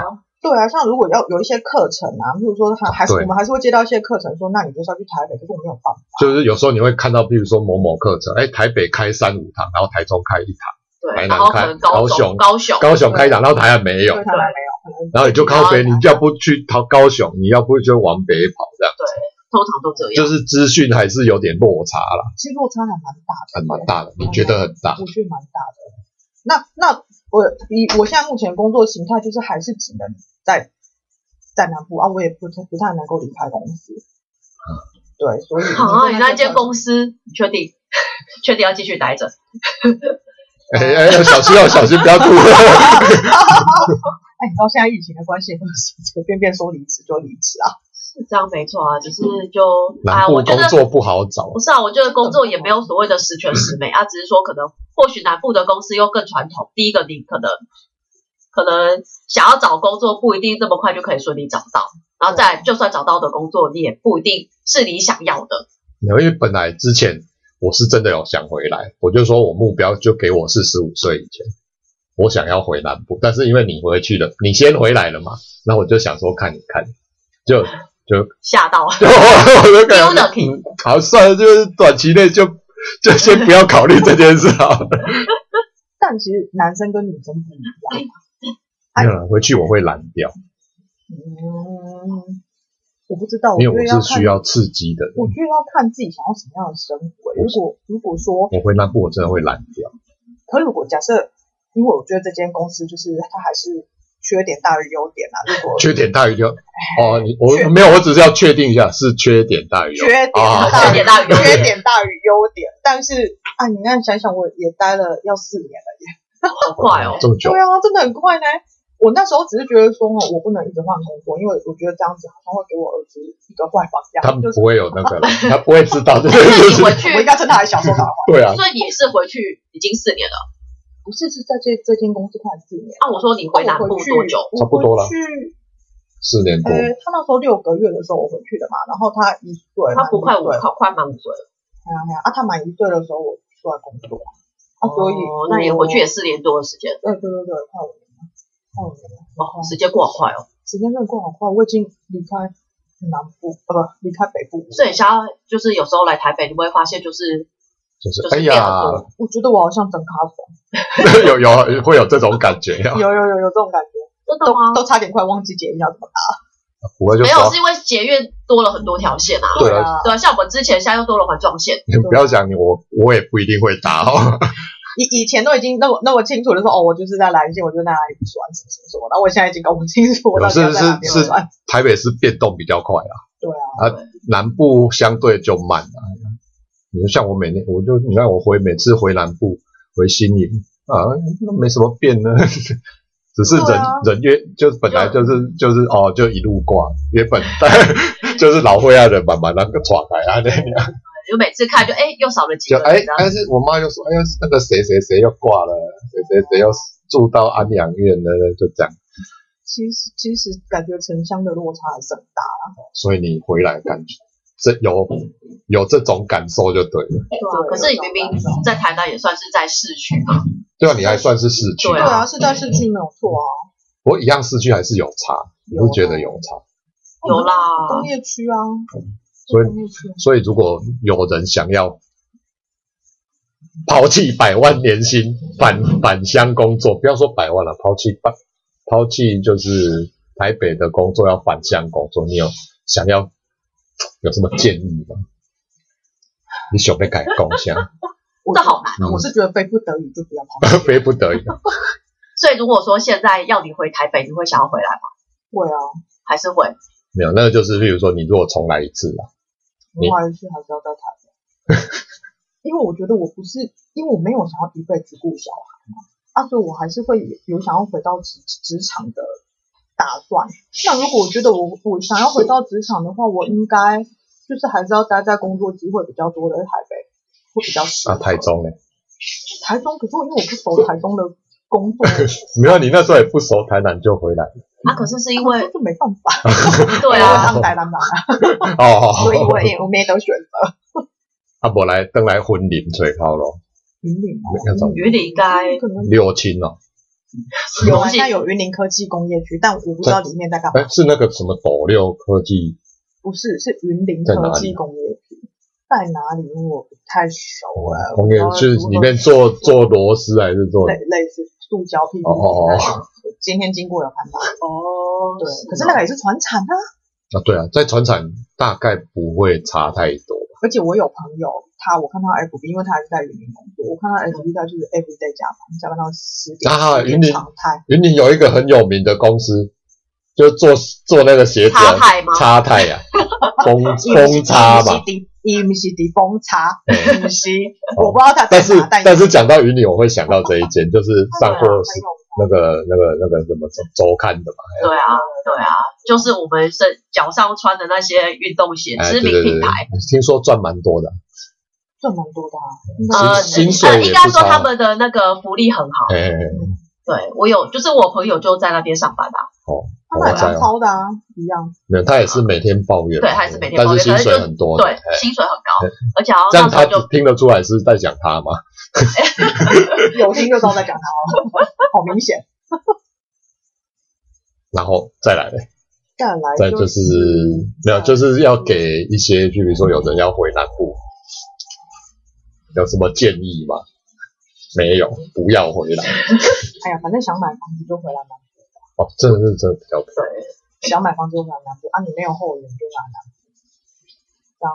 [SPEAKER 4] 对啊，像如果要有一些课程啊，比如说还还是我
[SPEAKER 2] 对
[SPEAKER 4] 们还是会接到一些课程说，那你就是要去台北，可是我没有办法。
[SPEAKER 2] 就是有时候你会看到，比如说某某课程，哎，台北开三五堂，然后台中开一堂，
[SPEAKER 3] 对，
[SPEAKER 2] 台南
[SPEAKER 3] 然后可能
[SPEAKER 2] 开
[SPEAKER 3] 高
[SPEAKER 2] 高
[SPEAKER 3] 中
[SPEAKER 2] 雄
[SPEAKER 3] 高雄
[SPEAKER 2] 高雄开一堂，然后台南没有
[SPEAKER 4] 对，他来没有，可能
[SPEAKER 2] 然后你就靠北，
[SPEAKER 4] 自
[SPEAKER 2] 你
[SPEAKER 4] 己
[SPEAKER 2] 要不去逃高雄，你要不就往北跑，这样
[SPEAKER 3] 通常都这样，
[SPEAKER 2] 就是资讯还是有点落差啦，
[SPEAKER 4] 其实落差还蛮大的，
[SPEAKER 2] 还蛮大的。你觉得很大？
[SPEAKER 3] 嗯
[SPEAKER 4] 我觉得蛮大的。那那我以我现在目前工作形态就是还是只能在在南部啊，我也不太不太能够离开公司。
[SPEAKER 2] 嗯
[SPEAKER 4] 对，所以
[SPEAKER 3] 啊，你那间
[SPEAKER 4] 公
[SPEAKER 3] 公司你确定 [LAUGHS] 确定要继续待着？
[SPEAKER 2] 哎哎，小心哦，小心不要吐。
[SPEAKER 3] [LAUGHS]
[SPEAKER 4] 哎，到现在疫情的关系，随便便说离职就离职啊。
[SPEAKER 3] 这样没错啊，只是就
[SPEAKER 2] 南
[SPEAKER 3] 啊，
[SPEAKER 2] 部
[SPEAKER 3] 我觉
[SPEAKER 2] 工
[SPEAKER 3] 得
[SPEAKER 2] 作不好找
[SPEAKER 3] 不，是啊，我觉得工作也没有所谓的十全十美啊，只是说可能或许南部的公司又更传统。第一个，你可能可能想要找工作不一定这么快就可以顺利找到，然后再来就算找到的工作，你也不一定是你想要的。
[SPEAKER 2] 因为本来之前我是真的有想回来，我就说我目标就给我四十五岁以前，我想要回南部，但是因为你回去了，你先回来了嘛，那我就想说看一看，
[SPEAKER 4] [LAUGHS]
[SPEAKER 2] 就就
[SPEAKER 3] 吓到，
[SPEAKER 2] 就我就感觉
[SPEAKER 3] 丢了题
[SPEAKER 2] 嗯好算了，就是短期内就就先不要考虑这件事好了。
[SPEAKER 4] [LAUGHS] 但其实男生跟女生不一样。哎
[SPEAKER 2] 没有了，回去我会懒掉，
[SPEAKER 4] 嗯，我不知道，我
[SPEAKER 2] 因
[SPEAKER 4] 觉得
[SPEAKER 2] 为
[SPEAKER 4] 要
[SPEAKER 2] 我
[SPEAKER 4] 看
[SPEAKER 2] 是需，要刺激的人，
[SPEAKER 4] 我觉得要看自己想要什么样的生活。如果如果说，
[SPEAKER 2] 我回南部我真的会懒掉。
[SPEAKER 4] 可如果假设，因为我觉得这间公司就是它还是缺点大于优点啊。如果
[SPEAKER 2] 缺点大于优
[SPEAKER 4] 哎
[SPEAKER 2] 哦，你我没有，我只是要确定一下是缺点大于优
[SPEAKER 4] 缺点
[SPEAKER 2] 啊
[SPEAKER 4] 大
[SPEAKER 3] 缺点大于
[SPEAKER 4] 于
[SPEAKER 3] 优点
[SPEAKER 4] 缺点大于优点，但是啊，你那想想，我也待了要四年了耶。
[SPEAKER 3] 好快哦。
[SPEAKER 2] 这么久
[SPEAKER 4] 对，啊，真的很快呢。我那时候只是觉得说，哦我不能一直换工作，因为我觉得这样子好像会给我儿子一个坏榜
[SPEAKER 2] 他
[SPEAKER 4] 样，就是
[SPEAKER 2] 不会有那 [LAUGHS] 个了，他不会知道这件
[SPEAKER 3] 所以
[SPEAKER 2] 事
[SPEAKER 3] 你
[SPEAKER 2] 情。
[SPEAKER 3] 回去，
[SPEAKER 4] 我应该趁他还小时候打坏。
[SPEAKER 2] 对啊，
[SPEAKER 3] 所以你是回去已经四年了
[SPEAKER 4] 不是是在这这间公司快四年，
[SPEAKER 3] 啊？我说你回南部多久？
[SPEAKER 4] 哦我
[SPEAKER 2] 差不多了
[SPEAKER 4] 回去，
[SPEAKER 2] 四年多
[SPEAKER 4] 呃，他那时候六个月的时候我回去的嘛，然后他一岁，
[SPEAKER 3] 他不快五，
[SPEAKER 4] 满一岁
[SPEAKER 3] 快快满五岁了。
[SPEAKER 4] 哎呀哎呀，啊，他满一岁的时候我出来工作，啊，所以呃
[SPEAKER 3] 哦那也回去也四年多的时间，
[SPEAKER 4] 对对对对，快五年了，快五年了，
[SPEAKER 3] 哦，时间过好快哦。
[SPEAKER 4] 时间真的过好快，我已经离开南部，啊不，离开北部，
[SPEAKER 3] 所以现在就是有时候来台北，你会发现就是
[SPEAKER 2] 就是
[SPEAKER 3] 就是
[SPEAKER 2] 哎
[SPEAKER 3] 变
[SPEAKER 2] 呀，
[SPEAKER 3] 多
[SPEAKER 4] 我觉得我好像整卡粉，
[SPEAKER 2] [LAUGHS] 有有会有这种感觉，啊
[SPEAKER 4] 有有有有这种啊感觉，
[SPEAKER 3] 真的
[SPEAKER 4] 都
[SPEAKER 3] 吗？
[SPEAKER 4] 都差点快忘记捷运要怎么
[SPEAKER 2] 不会就
[SPEAKER 3] 没有，
[SPEAKER 2] 说
[SPEAKER 3] 是因为捷运多了很多条线啊。
[SPEAKER 2] 对啊
[SPEAKER 4] 啊，
[SPEAKER 3] 对啊，像我们之前现在又多了环状线，
[SPEAKER 2] 你不要讲你我我也不一定会打哦， [LAUGHS]
[SPEAKER 4] 以以前都已经那么那么清楚的说，哦，我就是在南京，我就是在哪里不酸什么什么什么，然后我现在已经搞不清楚我到底要在哪边
[SPEAKER 2] 是是
[SPEAKER 4] 酸，
[SPEAKER 2] 台北市变动比较快啊，
[SPEAKER 4] 对啊。
[SPEAKER 2] 南部相对就慢啊。你就像我每年我就你看我回每次回南部回新营啊，那没什么变呢。 [LAUGHS] 只是人、
[SPEAKER 4] 对啊
[SPEAKER 2] 人越就是本来就是就是哦，就一路挂，原本 [LAUGHS] 就是老会啊人慢慢那个传来啊那样，
[SPEAKER 3] 就每次看就哎又少了几
[SPEAKER 2] 就
[SPEAKER 3] 个人，啊
[SPEAKER 2] 哎
[SPEAKER 3] 这样
[SPEAKER 2] 但是我妈又说哎呀那个谁谁谁又挂了，谁谁谁又住到安养院了，就这样。
[SPEAKER 4] 其实其实感觉城乡的落差还是很大，
[SPEAKER 2] 所以你回来感觉这有有这种感受就对了。
[SPEAKER 3] 对啊。可是你明明在台南也算是在市区嘛，
[SPEAKER 2] 对啊，你还算是市区，
[SPEAKER 3] 对
[SPEAKER 4] 对啊，是在市区没有错啊，
[SPEAKER 2] 我一样市区还是有差，我是觉得有差。
[SPEAKER 3] 有啦
[SPEAKER 4] 工业区啊，
[SPEAKER 2] 所以
[SPEAKER 4] 工业区啊
[SPEAKER 2] 所以如果有人想要抛弃百万年薪 [LAUGHS] 返返乡工作，不要说百万了，抛弃半抛弃就是台北的工作要返乡工作，你有想要有什么建议吗？ [LAUGHS] 你想要改工乡，
[SPEAKER 4] 我
[SPEAKER 3] 这好难。
[SPEAKER 2] 嗯
[SPEAKER 4] 我是觉得非不得已就不要跑，
[SPEAKER 2] [LAUGHS] 非不得已。
[SPEAKER 3] 所以如果说现在要你回台北，你会想要回来吗？
[SPEAKER 4] 会啊，
[SPEAKER 3] 还是会？
[SPEAKER 2] 没有，那个就是，例如说，你如果重来一次啦，你
[SPEAKER 4] 我还是还是要在台北，因为我觉得我不是，因为我没有想要一辈子顾小孩嘛，啊，所以我还是会有想要回到职职场的打算。那如果我觉得我我想要回到职场的话，我应该就是还是要待在工作机会比较多的台北，会比较适合。
[SPEAKER 2] 那啊台中呢？
[SPEAKER 4] 台中，可是我因为我不熟台中的
[SPEAKER 2] [LAUGHS]
[SPEAKER 4] 工作，
[SPEAKER 2] 没有，你那时候也不熟台南就回来了
[SPEAKER 3] 啊，可是是因为
[SPEAKER 4] 就没办法，
[SPEAKER 3] 对啊，
[SPEAKER 4] 当台南人啊，所以
[SPEAKER 2] 哦
[SPEAKER 4] 我也我没得选择。
[SPEAKER 2] 啊，无来等来婚林吹泡咯，
[SPEAKER 4] 云林哦，
[SPEAKER 2] 那种
[SPEAKER 3] 云林应该
[SPEAKER 4] 可能
[SPEAKER 2] 六亲哦，
[SPEAKER 4] 有啊，现在有云林科技工业区，但我不知道里面在干嘛。
[SPEAKER 2] 哎，是那个什么斗六科技，
[SPEAKER 4] 不是，是云林科技工业区，在哪里？我不太熟了。
[SPEAKER 2] 哦工业
[SPEAKER 3] 哦
[SPEAKER 4] 我不知
[SPEAKER 2] 是
[SPEAKER 4] 道如何
[SPEAKER 2] 里面做做螺丝还是做
[SPEAKER 4] 类类似塑胶 PVC
[SPEAKER 2] 哦哦
[SPEAKER 4] 那种。
[SPEAKER 2] [LAUGHS]
[SPEAKER 4] 今天经过有看到，
[SPEAKER 3] 哦，
[SPEAKER 4] 对，可是
[SPEAKER 3] 哦
[SPEAKER 4] 那个也是船产啊。
[SPEAKER 2] 啊？对啊，在船厂大概不会差太多，
[SPEAKER 4] 而且我有朋友，他我看他 FB，因为他还是在云林工作，我看他 FB 他就是 FB 在加班，加班到十点，
[SPEAKER 2] 啊
[SPEAKER 4] 十点
[SPEAKER 2] 云林
[SPEAKER 4] 常态。
[SPEAKER 2] 云林有一个很有名的公司，就做做那个鞋子
[SPEAKER 3] 插
[SPEAKER 2] 啊，
[SPEAKER 3] 派吗？
[SPEAKER 2] 插太
[SPEAKER 3] [LAUGHS]
[SPEAKER 2] 啊，风风
[SPEAKER 4] 差
[SPEAKER 2] 叉嘛，，
[SPEAKER 4] 伊不是迪风差，伊不是，
[SPEAKER 2] 哦
[SPEAKER 4] 我不知道他在
[SPEAKER 2] 但
[SPEAKER 4] 哪
[SPEAKER 2] 是但是讲到云林，我会想到这一间，
[SPEAKER 3] [LAUGHS]
[SPEAKER 2] 就是
[SPEAKER 3] 啊
[SPEAKER 4] 啊
[SPEAKER 2] 上过那个那个那个什么周周刊的嘛，
[SPEAKER 3] 对啊，对啊，就是我们身脚上穿的那些运动鞋，
[SPEAKER 2] 哎，
[SPEAKER 3] 知
[SPEAKER 2] 对
[SPEAKER 3] 名
[SPEAKER 2] 对对对
[SPEAKER 3] 品牌。，
[SPEAKER 2] 听说赚蛮多的，
[SPEAKER 4] 赚蛮多的啊，应该
[SPEAKER 2] 薪
[SPEAKER 3] 呃，
[SPEAKER 2] 薪水
[SPEAKER 3] 呃
[SPEAKER 2] 也
[SPEAKER 3] 应
[SPEAKER 2] 不
[SPEAKER 3] 该说
[SPEAKER 2] 差
[SPEAKER 3] 他们的那个福利很好，
[SPEAKER 2] 哎，哎哎
[SPEAKER 3] 对我有，就是我朋友就在那边上班啊，
[SPEAKER 2] 哦，
[SPEAKER 4] 他们
[SPEAKER 2] 我在
[SPEAKER 4] 很
[SPEAKER 2] 哦，
[SPEAKER 4] 高的啊，
[SPEAKER 2] [LAUGHS]
[SPEAKER 4] 一样。
[SPEAKER 2] 没有，他也是每天抱怨嘛，
[SPEAKER 3] 对，还是每天
[SPEAKER 2] 但
[SPEAKER 3] 抱
[SPEAKER 2] 是薪
[SPEAKER 3] 怨，可
[SPEAKER 2] 水
[SPEAKER 3] 就
[SPEAKER 2] 很多，
[SPEAKER 3] 对
[SPEAKER 2] 哎，
[SPEAKER 3] 薪水很高，而且好
[SPEAKER 2] 这
[SPEAKER 3] 像
[SPEAKER 2] 样
[SPEAKER 3] 那时候
[SPEAKER 2] 他
[SPEAKER 3] 就
[SPEAKER 2] 听得出来是在讲他吗？
[SPEAKER 4] 有听就知道在讲他了， [LAUGHS] 好明显。
[SPEAKER 2] 然后再来嘞，
[SPEAKER 4] 再来
[SPEAKER 2] 再就是是没有，就是要给一些，比如说有人要回南部，有什么建议吗？没有，不要回来。
[SPEAKER 4] 哎呀，反正想买房子就回来买，
[SPEAKER 2] 哦，真的是真的比较
[SPEAKER 3] 对
[SPEAKER 4] 想买房子就回来南部啊，你没有后援就买南部。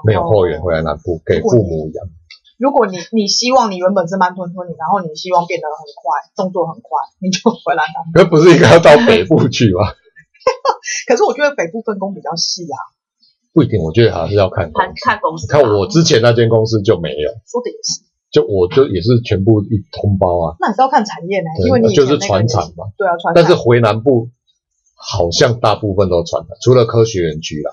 [SPEAKER 2] 没有后援
[SPEAKER 4] 援。
[SPEAKER 2] 回来南部，给父母养。
[SPEAKER 4] 如果你你希望你原本是慢吞吞，然后你希望变得很快，动作很快，你就回来南部。
[SPEAKER 2] 可不是应该要到北部去吗？
[SPEAKER 4] 可是我觉得北部分工比较细啊，
[SPEAKER 2] 不一定，我觉得还是要看公
[SPEAKER 3] 看
[SPEAKER 2] 司。
[SPEAKER 3] 看公司啊吧，
[SPEAKER 2] 看我之前那间公司就没有，
[SPEAKER 4] 说的也是。
[SPEAKER 2] 就我就也是全部一通包啊，
[SPEAKER 4] 那你是要看产业呢，因为
[SPEAKER 2] 对
[SPEAKER 4] 你以
[SPEAKER 2] 就
[SPEAKER 4] 前
[SPEAKER 2] 是
[SPEAKER 4] 那个
[SPEAKER 2] 船
[SPEAKER 4] 也
[SPEAKER 2] 厂嘛。
[SPEAKER 4] 对啊，船厂。
[SPEAKER 2] 但是回南部好像大部分都传了，除了科学园区啦，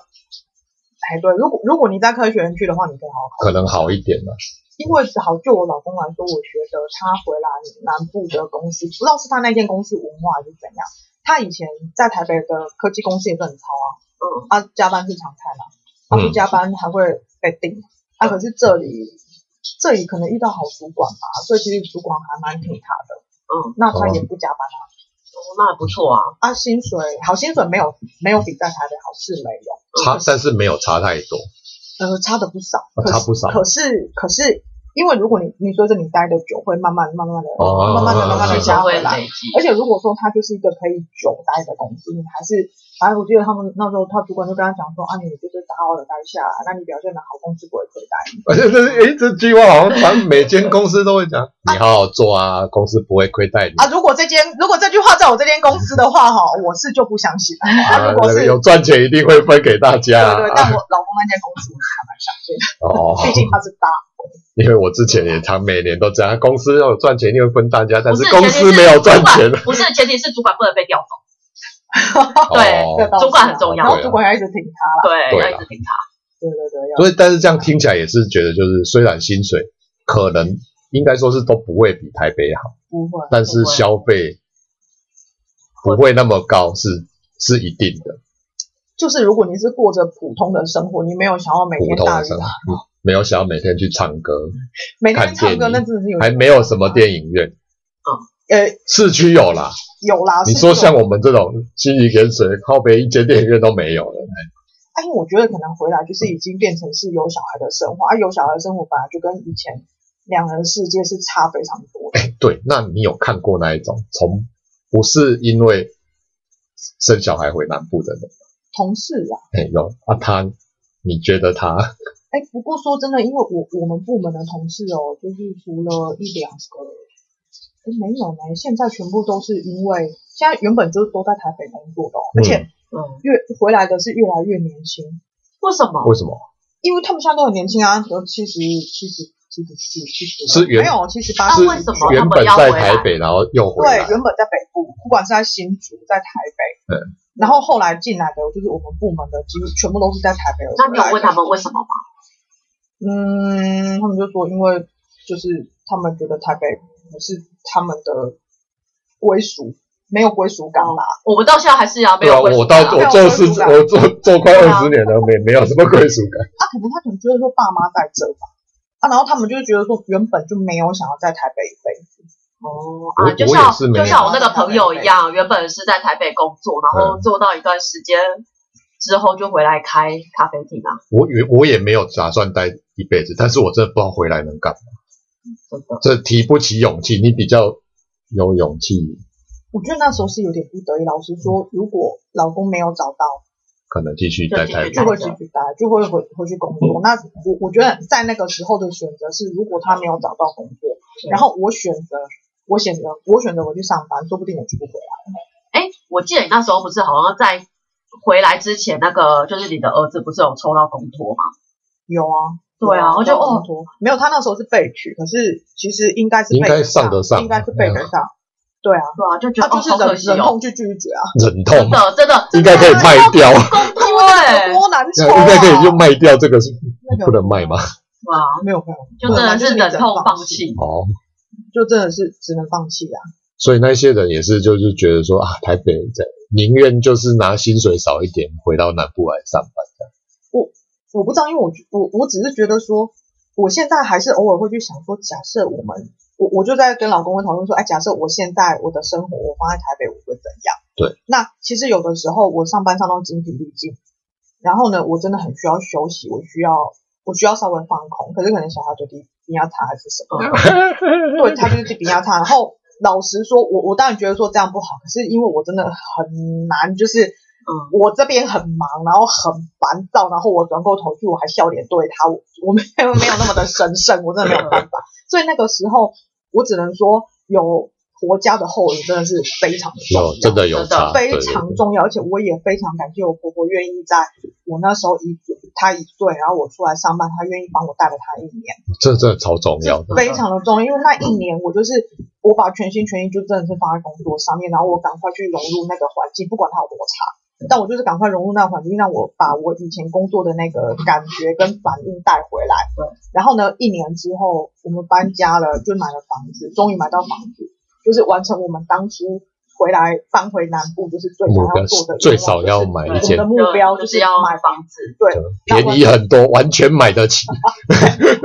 [SPEAKER 4] 哎，对，如果如果你在科学园区的话，你可以好好考
[SPEAKER 2] 可
[SPEAKER 4] 虑
[SPEAKER 2] 能好一点啦。
[SPEAKER 4] 因为好，就我老公啊来说，我觉得他回来南部的公司，不知道是他那间公司文化还是怎样。他以前在台北的科技公司也是很超啊，
[SPEAKER 3] 嗯，
[SPEAKER 4] 他加班是常态嘛，他不加班还会被定。啊，可是这里这里可能遇到好主管吧，所以其实主管还蛮挺他的。
[SPEAKER 3] 嗯，
[SPEAKER 4] 那他也不加班啊，
[SPEAKER 3] 那还不错啊，
[SPEAKER 4] 啊，薪水好，薪水没有没有比在台北好是没有，
[SPEAKER 2] 差，但是没有差太多。
[SPEAKER 4] 呃，差的不少，
[SPEAKER 2] 啊
[SPEAKER 4] 可是
[SPEAKER 2] 差不少
[SPEAKER 4] 可是可是，因为如果你你随着你待的久，会慢慢慢慢的、
[SPEAKER 2] 哦
[SPEAKER 4] 慢慢的、
[SPEAKER 2] 嗯
[SPEAKER 4] 慢慢的
[SPEAKER 2] 嗯
[SPEAKER 4] 加
[SPEAKER 3] 就
[SPEAKER 4] 回
[SPEAKER 3] 会
[SPEAKER 4] 来。
[SPEAKER 3] 累积，
[SPEAKER 4] 而且如果说它就是一个可以久待的公司，你还是，哎，我记得他们那时候他主管就跟他讲说，啊，你就是好好的待下来，那你表现的好，公司不会亏待你。
[SPEAKER 2] 而且 [LAUGHS] 这诶，这句话好像反正每间公司都会
[SPEAKER 4] [LAUGHS]
[SPEAKER 2] 讲，你好好做啊，公司不会亏待你
[SPEAKER 4] 啊，如果这间如果这句话在我这间公司的话，哈，我是就不相信。啊，
[SPEAKER 2] 啊
[SPEAKER 4] [LAUGHS] 如果，是
[SPEAKER 2] 有赚钱一定会分给大
[SPEAKER 4] 对
[SPEAKER 2] 家
[SPEAKER 4] 对，
[SPEAKER 2] 啊。
[SPEAKER 4] 但我老公那间公司我是还蛮相信的，
[SPEAKER 2] 哦，
[SPEAKER 4] 毕竟他是大公司。
[SPEAKER 2] 因为我之前也常每年都这样，公司要有赚钱一定会分大家，但
[SPEAKER 3] 不是
[SPEAKER 2] 公司没有赚钱。
[SPEAKER 3] 不是前提是主管不能被调走，对
[SPEAKER 4] 这
[SPEAKER 2] 哦，
[SPEAKER 4] 倒是
[SPEAKER 3] 主管很重要
[SPEAKER 4] 然后主管要一直挺他啦。
[SPEAKER 3] 对，
[SPEAKER 2] 对
[SPEAKER 3] 要
[SPEAKER 2] 啊
[SPEAKER 3] 一直听他，
[SPEAKER 4] 对对对，要
[SPEAKER 2] 所以但是这样听起来也是觉得，就是虽然薪水可能应该说是都不会比台北好，
[SPEAKER 4] 不会。
[SPEAKER 2] 但是消费不会那么高，是是一定的。
[SPEAKER 4] 就是如果你是过着普通的生活，你没有想要每
[SPEAKER 2] 普
[SPEAKER 4] 天
[SPEAKER 2] 通
[SPEAKER 4] 大啊
[SPEAKER 2] 的
[SPEAKER 4] 鱼
[SPEAKER 2] 生活，
[SPEAKER 4] 大，
[SPEAKER 2] 嗯没有想要每天去唱歌，
[SPEAKER 4] 每天唱歌，
[SPEAKER 2] 看电影
[SPEAKER 4] 那真的是有
[SPEAKER 2] 还没有什么电影院，
[SPEAKER 4] 呃
[SPEAKER 2] 市区有啦。
[SPEAKER 4] 有啦。
[SPEAKER 2] 你
[SPEAKER 4] 是
[SPEAKER 2] 说
[SPEAKER 4] 啊有
[SPEAKER 2] 像我们这种心里跟水靠北一间电影院都没有了，
[SPEAKER 4] 哎，因为我觉得可能回来就是已经变成是有小孩的生活，啊，有小孩的生活本来就跟以前两人世界是差非常多的。
[SPEAKER 2] 哎对，那你有看过那一种从不是因为生小孩回南部的人？
[SPEAKER 4] 同事啊，
[SPEAKER 2] 哎，有啊他，你觉得他
[SPEAKER 4] 哎，不过说真的，因为我我们部门的同事哦，就是除了一两个，哎，没有呢，现在全部都是因为现在原本就是都在台北工作的、哦，而且
[SPEAKER 3] 嗯，
[SPEAKER 4] 越回来的是越来越年轻，
[SPEAKER 3] 为什么？
[SPEAKER 2] 为什么？
[SPEAKER 4] 因为他们现在都很年轻啊，有七十、七十、七十七、七十，
[SPEAKER 2] 是原
[SPEAKER 4] 没有七十八
[SPEAKER 3] 啊
[SPEAKER 2] 是
[SPEAKER 4] 岁，
[SPEAKER 3] 为什么
[SPEAKER 2] 原本在台北，然后又回
[SPEAKER 4] 对
[SPEAKER 2] 来，，
[SPEAKER 4] 原本在北部，不管是在新竹，在台北，
[SPEAKER 2] 对，
[SPEAKER 4] 然后后来进来的就是我们部门的，几乎全部都是在台北。
[SPEAKER 3] 那你有问他？们为什么吗？
[SPEAKER 4] 嗯，他们就说，因为就是他们觉得台北是他们的归属，没有归属感啦。
[SPEAKER 3] 我们到现在还是啊，没
[SPEAKER 2] 对啊，
[SPEAKER 3] 有归
[SPEAKER 2] 我
[SPEAKER 3] 属
[SPEAKER 2] 到我
[SPEAKER 3] 感啊
[SPEAKER 4] 没有
[SPEAKER 2] 做
[SPEAKER 4] 归
[SPEAKER 2] 事
[SPEAKER 4] 属感
[SPEAKER 2] 我做做快
[SPEAKER 3] 对啊
[SPEAKER 2] 二十年了，没没有什么归属感，
[SPEAKER 4] 啊，可能他可能觉得说爸妈在这吧，啊，然后他们就觉得说原本就没有想要在台北一辈子。
[SPEAKER 3] 哦
[SPEAKER 2] 我
[SPEAKER 3] 啊，就
[SPEAKER 2] 我
[SPEAKER 3] 像
[SPEAKER 2] 也是没
[SPEAKER 3] 就
[SPEAKER 2] 有
[SPEAKER 3] 像我那个朋友一样，原本是在台北工作，然后做到一段时间之后就回来开咖啡厅啊，
[SPEAKER 2] 我也我也没有打算待一辈子，但是我真的不知道回来能干嘛，
[SPEAKER 3] 真的。
[SPEAKER 2] 这提不起勇气，你比较有勇气，
[SPEAKER 4] 我觉得那时候是有点不得已。老实说，如果老公没有找到，
[SPEAKER 2] 可能继续待台
[SPEAKER 3] 对
[SPEAKER 2] 北
[SPEAKER 4] 就
[SPEAKER 3] 对，
[SPEAKER 4] 会继续待，就会回回去工
[SPEAKER 3] 嗯
[SPEAKER 4] 作。那我我觉得在那个时候的选择是，如果他没有找到工作，然后我选择我选择我选择我去上班，说不定我就不回来。
[SPEAKER 3] 哎，我记得你那时候不是好像在回来之前，那个就是你的儿子不是有抽到公托吗？
[SPEAKER 4] 有啊，
[SPEAKER 3] 对啊我就哦
[SPEAKER 4] 托没有，他那时候是被取，可是其实应该是
[SPEAKER 2] 应该
[SPEAKER 4] 被
[SPEAKER 2] 上得上
[SPEAKER 4] 应该是被得上。对啊，
[SPEAKER 3] 对嗯啊，就觉
[SPEAKER 4] 他
[SPEAKER 3] 得
[SPEAKER 4] 就是
[SPEAKER 3] 哦，好可惜
[SPEAKER 4] 忍忍
[SPEAKER 3] 哦，
[SPEAKER 4] 痛去拒绝啊，
[SPEAKER 2] 忍
[SPEAKER 3] 真
[SPEAKER 2] 痛，
[SPEAKER 3] 的真的
[SPEAKER 2] 应该可以卖掉，
[SPEAKER 3] 公托哎，
[SPEAKER 4] 对，
[SPEAKER 3] 对
[SPEAKER 4] 多难受啊！
[SPEAKER 2] 应该可以就卖掉这个是不能卖吗？
[SPEAKER 3] 啊，
[SPEAKER 4] 没有没有，
[SPEAKER 3] 就真的是
[SPEAKER 4] 忍
[SPEAKER 3] 忍痛放
[SPEAKER 4] 弃，
[SPEAKER 3] 弃，
[SPEAKER 2] 哦，
[SPEAKER 4] 就真的是只能放弃啊。
[SPEAKER 2] 所以那些人也是就是觉得说啊，台北这样宁愿就是拿薪水少一点回到南部来上班这样。
[SPEAKER 4] 我不知道，因为我我我只是觉得说，我现在还是偶尔会去想说，假设我们我我就在跟老公会讨论说，哎，假设我现在我的生活我放在台北，我会怎样？
[SPEAKER 2] 对。
[SPEAKER 4] 那其实有的时候我上班上到精疲力尽，然后呢，我真的很需要休息，我需要我需要稍微放空，可是可能小孩就低低压差还是什么， [LAUGHS] 对他就是低压差，然后。老实说，我我当然觉得说这样不好，可是因为我真的很难，就是
[SPEAKER 3] 嗯，
[SPEAKER 4] 我这边很忙，然后很烦躁，然后我转过头去，我还笑脸对他，我我没有没有那么的神圣，我真的没有办法。
[SPEAKER 2] [LAUGHS]
[SPEAKER 4] 所以那个时候，我只能说有婆家的后援真的是非常的重要
[SPEAKER 2] 有，真的有
[SPEAKER 3] 真的
[SPEAKER 2] 差，对
[SPEAKER 4] 非常重要，而且我也非常感谢我婆婆愿意在我那时候一她一岁，然后我出来上班，她愿意帮我带了她一年。
[SPEAKER 2] 这真的超重要的。
[SPEAKER 4] 非常的重要，因为那一年我就是我把全心全意就真的是放在工作上面，然后我赶快去融入那个环境，不管它有多差，但我就是赶快融入那个环境，让我把我以前工作的那个感觉跟反应带回来。
[SPEAKER 3] 对，
[SPEAKER 4] 然后呢，一年之后我们搬家了，就买了房子，终于买到房子，就是完成我们当初回来搬回南部就是最想
[SPEAKER 2] 目标
[SPEAKER 4] 要做的
[SPEAKER 2] 最
[SPEAKER 4] 愿望
[SPEAKER 2] 少要买一
[SPEAKER 4] 我
[SPEAKER 2] 件
[SPEAKER 4] 们的啊目标
[SPEAKER 3] 就是要
[SPEAKER 4] 买房，
[SPEAKER 3] 房子，
[SPEAKER 4] 对，那
[SPEAKER 2] 便宜很多，完全买得起。
[SPEAKER 4] [LAUGHS]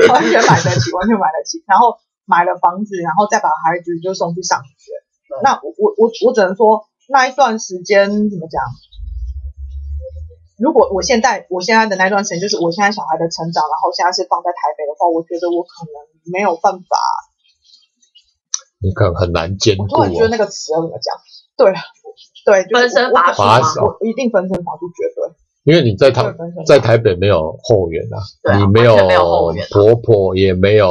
[SPEAKER 4] 完全买得起，完全买得起。然后买了房子，然后再把孩子就送去上学。
[SPEAKER 2] 嗯
[SPEAKER 4] 那我我我我只能说那一段时间怎么讲？如果我现在我现在的那段时间，就是我现在小孩的成长，然后现在是放在台北的话，我觉得我可能没有办法。
[SPEAKER 2] 你可能很难兼
[SPEAKER 4] 我
[SPEAKER 2] 顾
[SPEAKER 4] 突然觉得
[SPEAKER 2] 哦。
[SPEAKER 4] 那个词要怎么讲？对了，啊对，就是我、
[SPEAKER 3] 分身乏术
[SPEAKER 4] 我
[SPEAKER 2] 吗
[SPEAKER 4] 我我一定分身乏术，绝对。
[SPEAKER 2] 因为你在
[SPEAKER 4] 绝对
[SPEAKER 2] 台
[SPEAKER 4] 分身乏术
[SPEAKER 2] 在台北没有后援啊，
[SPEAKER 3] 对啊
[SPEAKER 2] 你
[SPEAKER 3] 完全没有后
[SPEAKER 2] 有
[SPEAKER 3] 援啊
[SPEAKER 2] 婆婆，也没有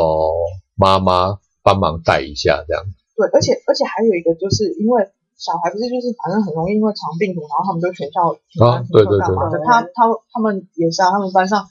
[SPEAKER 2] 妈妈帮忙带一下这样。
[SPEAKER 4] 对，而且而且还有一个就是因为小孩不是就是反正很容易因为肠病毒，然后他们就全校停班
[SPEAKER 2] 啊
[SPEAKER 3] 哦
[SPEAKER 4] 停课干嘛
[SPEAKER 3] 对
[SPEAKER 4] 的
[SPEAKER 3] 对对。
[SPEAKER 4] 他他他们也是啊，他们班上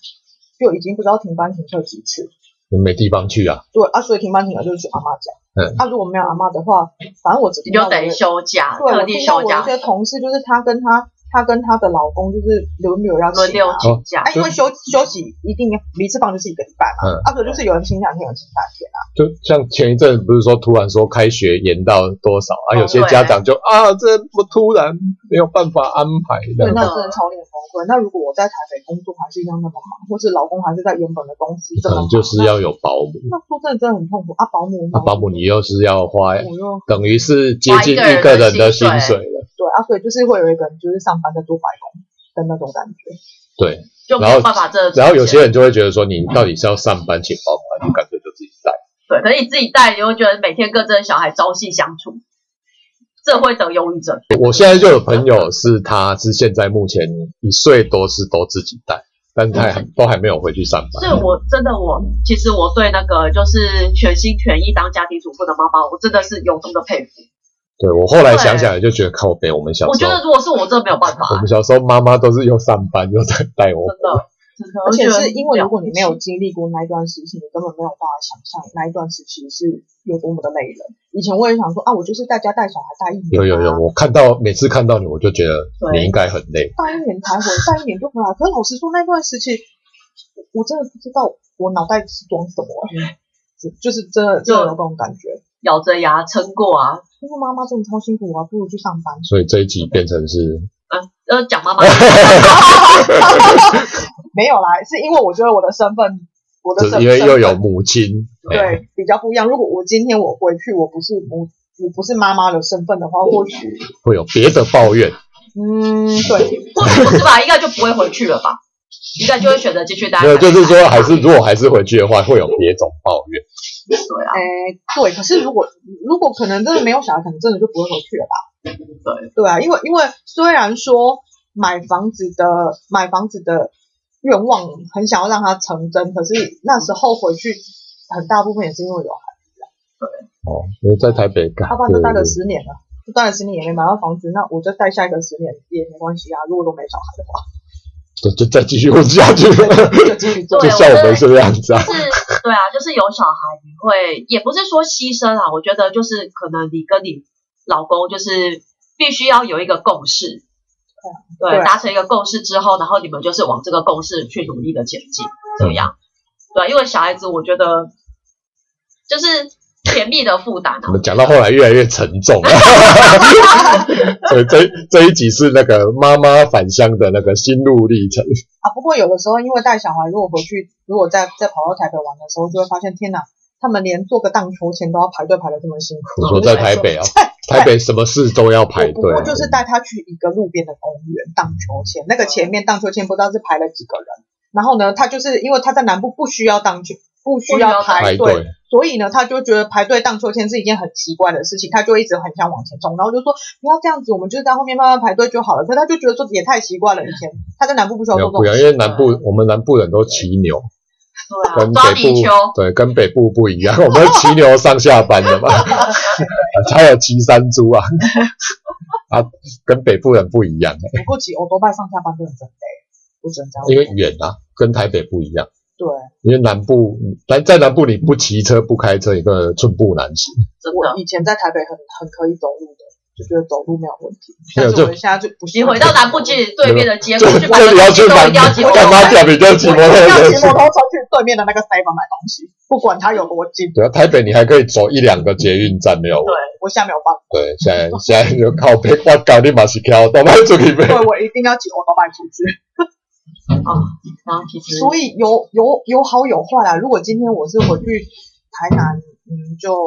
[SPEAKER 4] 就已经不知道停班停课几次。
[SPEAKER 2] 你没地方去啊，
[SPEAKER 4] 对啊，所以停班停课就是去阿妈家。
[SPEAKER 2] 嗯
[SPEAKER 4] 啊，如果没有阿妈的话，反正我只
[SPEAKER 3] 你
[SPEAKER 4] 听
[SPEAKER 3] 就
[SPEAKER 4] 到我的
[SPEAKER 3] 得休假，
[SPEAKER 4] 对，我
[SPEAKER 3] 特地
[SPEAKER 4] 听到
[SPEAKER 3] 休
[SPEAKER 4] 我
[SPEAKER 3] 假
[SPEAKER 4] 一，些同事就是她跟她她跟她的老公就是轮流要请
[SPEAKER 3] 轮流
[SPEAKER 4] 啊
[SPEAKER 2] 哦
[SPEAKER 3] 请假
[SPEAKER 4] 哎，，因为休休息一定要一次放就是一个礼拜嘛，
[SPEAKER 2] 嗯
[SPEAKER 4] 啊，所以就是有人请两天，有人请三天啊，
[SPEAKER 2] 就像前一阵不是说突然说开学延到多少啊，
[SPEAKER 3] 哦
[SPEAKER 2] 有些家长就啊，这不突然没有办法安排这
[SPEAKER 4] 对，
[SPEAKER 2] 样
[SPEAKER 4] 那
[SPEAKER 2] 子。
[SPEAKER 4] 真的超令人崩溃。那如果我在台北工作还是一样那么忙，或是老公还是在原本的公司这
[SPEAKER 2] 可能
[SPEAKER 4] 么忙，
[SPEAKER 2] 就是要有保姆，
[SPEAKER 4] 那那说真的真的很痛苦啊！保姆呢，
[SPEAKER 2] 那保姆你又是要花，
[SPEAKER 4] 我又
[SPEAKER 2] 等于是接近
[SPEAKER 3] 花一
[SPEAKER 2] 一
[SPEAKER 3] 个
[SPEAKER 2] 个
[SPEAKER 3] 人
[SPEAKER 2] 人
[SPEAKER 3] 的
[SPEAKER 2] 的
[SPEAKER 3] 薪
[SPEAKER 2] 薪
[SPEAKER 3] 水
[SPEAKER 2] 水了。
[SPEAKER 4] 对啊，所以就是会有一个人就是上班在做白工的那种感觉。
[SPEAKER 2] 对，
[SPEAKER 3] 就没有办法这。
[SPEAKER 2] 然后有些人就会觉得说，你到底是要上班请保姆，还是干脆就自己带？
[SPEAKER 3] 对，可是你自己带，你会觉得每天跟这些小孩朝夕相处，这会得忧郁症。
[SPEAKER 2] 我现在就有朋友是，他是现在目前一岁多是都自己带，但他还都还没有回去上
[SPEAKER 3] 所以
[SPEAKER 2] 班。
[SPEAKER 3] 嗯我真的我其实我对那个就是全心全意当家庭主妇的妈妈，我真的是由衷的佩服。
[SPEAKER 2] 对我后来想想也就觉得靠北，我们小
[SPEAKER 3] 我
[SPEAKER 2] 时
[SPEAKER 3] 觉
[SPEAKER 2] 候，
[SPEAKER 3] 得如果是我，真的没有办法，
[SPEAKER 2] 我们小时候妈妈都是又上班又在带我
[SPEAKER 3] 真，的。真的
[SPEAKER 4] 而且是因为如果
[SPEAKER 3] 我觉得
[SPEAKER 4] 你没有经历过那一段时期，你根本没有办法想象那一段时期是有多么的累人。以前我也想说啊，我就是在家带小孩带一年、啊，
[SPEAKER 2] 有有有，我看到每次看到你，我就觉得
[SPEAKER 3] 嗯对
[SPEAKER 2] 你应该很累。
[SPEAKER 4] 带一年才回，带一年就回来。可是老实说，那段时期，我真的不知道我脑袋是装什么、欸，就就是真的真的有这种感觉。
[SPEAKER 3] 咬着牙撑过啊。
[SPEAKER 4] 因为妈妈真的超辛苦啊，不如去上班。
[SPEAKER 2] 所以这一集变成是，
[SPEAKER 3] 呃，讲妈妈，
[SPEAKER 4] 没有啦，是因为我觉得我的身份，我的
[SPEAKER 2] 就
[SPEAKER 4] 身
[SPEAKER 2] 是
[SPEAKER 4] 份
[SPEAKER 2] 因为又有母亲，哎
[SPEAKER 4] 对比较不一样。如果我今天我回去，我不是母，我不是妈妈的身份的话，或许，
[SPEAKER 2] 会有别的抱怨。
[SPEAKER 4] 嗯，
[SPEAKER 2] [LAUGHS]
[SPEAKER 4] 对，
[SPEAKER 3] 或许不是吧，应该就不会回去了吧，应该就会选择继续待。
[SPEAKER 2] 没有，就是说还是如果还是回去的话，会有别种抱怨。
[SPEAKER 3] 对啊，
[SPEAKER 4] 哎，对。可是如果如果可能真的没有小孩，可能真的就不会回去了吧。
[SPEAKER 3] 对，
[SPEAKER 4] 对啊，因为因为虽然说买房子的买房子的愿望很想要让它成真，可是那时候回去很大部分也是因为有孩
[SPEAKER 2] 哦，因为在台北干
[SPEAKER 4] 子，要啊不然就
[SPEAKER 2] 对
[SPEAKER 4] 待了
[SPEAKER 2] 对
[SPEAKER 4] 十年了，就待了十年也没买到房子，那我就待下一个十年也没关系啊。如果都没小孩的话，
[SPEAKER 2] 就就再继续混下
[SPEAKER 4] [LAUGHS]
[SPEAKER 2] 去，
[SPEAKER 4] 就继续做
[SPEAKER 2] [LAUGHS] 就
[SPEAKER 3] 对。
[SPEAKER 2] 像我们这个样子啊。
[SPEAKER 3] 就是对啊，就是有小孩，你会也不是说牺牲啊，我觉得就是可能你跟你老公就是必须要有一个共识，对，
[SPEAKER 4] 对
[SPEAKER 3] 达成一个共识之后，然后你们就是往这个共识去努力啊的前进，这样，对，因为小孩子我觉得就是甜蜜的负担啊
[SPEAKER 2] 我。们讲到后来越来越沉重了，
[SPEAKER 4] [LAUGHS]
[SPEAKER 2] 所以这这一集是那个妈妈返乡的那个心路历程。
[SPEAKER 4] 啊，不过有的时候因为带小孩，如果回去，如果再再跑到台北玩的时候，就会发现，天哪，他们连坐个荡秋千都要排队排的这么辛苦。
[SPEAKER 2] 我说在台北啊，台北什么事都要排
[SPEAKER 4] 哦我不
[SPEAKER 2] 队啊
[SPEAKER 4] 过，就是带他去一个路边的公园荡秋千，那个前面荡秋千不知道是排了几个人，然后呢，他就是因为他在南部不需要荡秋，不需要
[SPEAKER 2] 排
[SPEAKER 4] 排队
[SPEAKER 2] 队，。
[SPEAKER 4] 所以呢，他就觉得排队荡秋千是一件很奇怪的事情，他就一直很想往前冲，然后就说不要这样子，我们就在后面慢慢排队就好了。可他就觉得说也太奇怪了，以前他在南部不需要
[SPEAKER 2] 没有
[SPEAKER 4] 做这
[SPEAKER 2] 不一样，
[SPEAKER 4] 种事，
[SPEAKER 2] 因为南
[SPEAKER 4] 啊
[SPEAKER 2] 部我们南部人都骑牛，
[SPEAKER 3] 对啊，
[SPEAKER 2] 跟
[SPEAKER 3] 抓
[SPEAKER 2] 北
[SPEAKER 3] 泥
[SPEAKER 2] 部
[SPEAKER 3] 鳅，
[SPEAKER 2] 对跟北部不一样，我们骑牛上下班的
[SPEAKER 3] [LAUGHS]
[SPEAKER 2] 嘛，还有骑山猪啊，啊，跟北部人不一样，
[SPEAKER 4] 不过骑欧多拜上下班真的很累，我只能这样说。
[SPEAKER 2] 因为远啊，跟台北不一样。
[SPEAKER 4] 对
[SPEAKER 2] 因为南部，南在南部你不骑车不开车，一个寸步难行。
[SPEAKER 3] 真
[SPEAKER 4] 我
[SPEAKER 3] 的。
[SPEAKER 4] 以前在台北很很可以走路的，就觉得走路没有问题，
[SPEAKER 2] 没有
[SPEAKER 4] 但是
[SPEAKER 2] 就
[SPEAKER 4] 我们现在就不
[SPEAKER 3] 你
[SPEAKER 4] 行。
[SPEAKER 3] 回到南部，其实对面的街口
[SPEAKER 2] 就
[SPEAKER 3] 去买
[SPEAKER 2] 就
[SPEAKER 3] 东
[SPEAKER 2] 你要
[SPEAKER 3] 西
[SPEAKER 2] 去
[SPEAKER 3] 都
[SPEAKER 2] 买
[SPEAKER 3] 一定要骑摩托
[SPEAKER 2] 干嘛
[SPEAKER 3] 车。
[SPEAKER 2] 讲？你就骑摩托
[SPEAKER 4] 要
[SPEAKER 2] 车
[SPEAKER 4] 骑
[SPEAKER 2] 去
[SPEAKER 4] 摩。托车去对面的那个 seven 买东西，不管他有多近，
[SPEAKER 2] 对啊，台北你还可以走一两个捷运站没有？
[SPEAKER 4] 我现在没有办法，
[SPEAKER 2] 对，现在现在就靠北，我搞你马是靠到卖出去呗。
[SPEAKER 4] 对我一定要骑欧多拜出
[SPEAKER 2] 嗯
[SPEAKER 4] 去。
[SPEAKER 3] 然后其实
[SPEAKER 4] 所以有有有好有坏啦。如果今天我是回去台南，嗯，就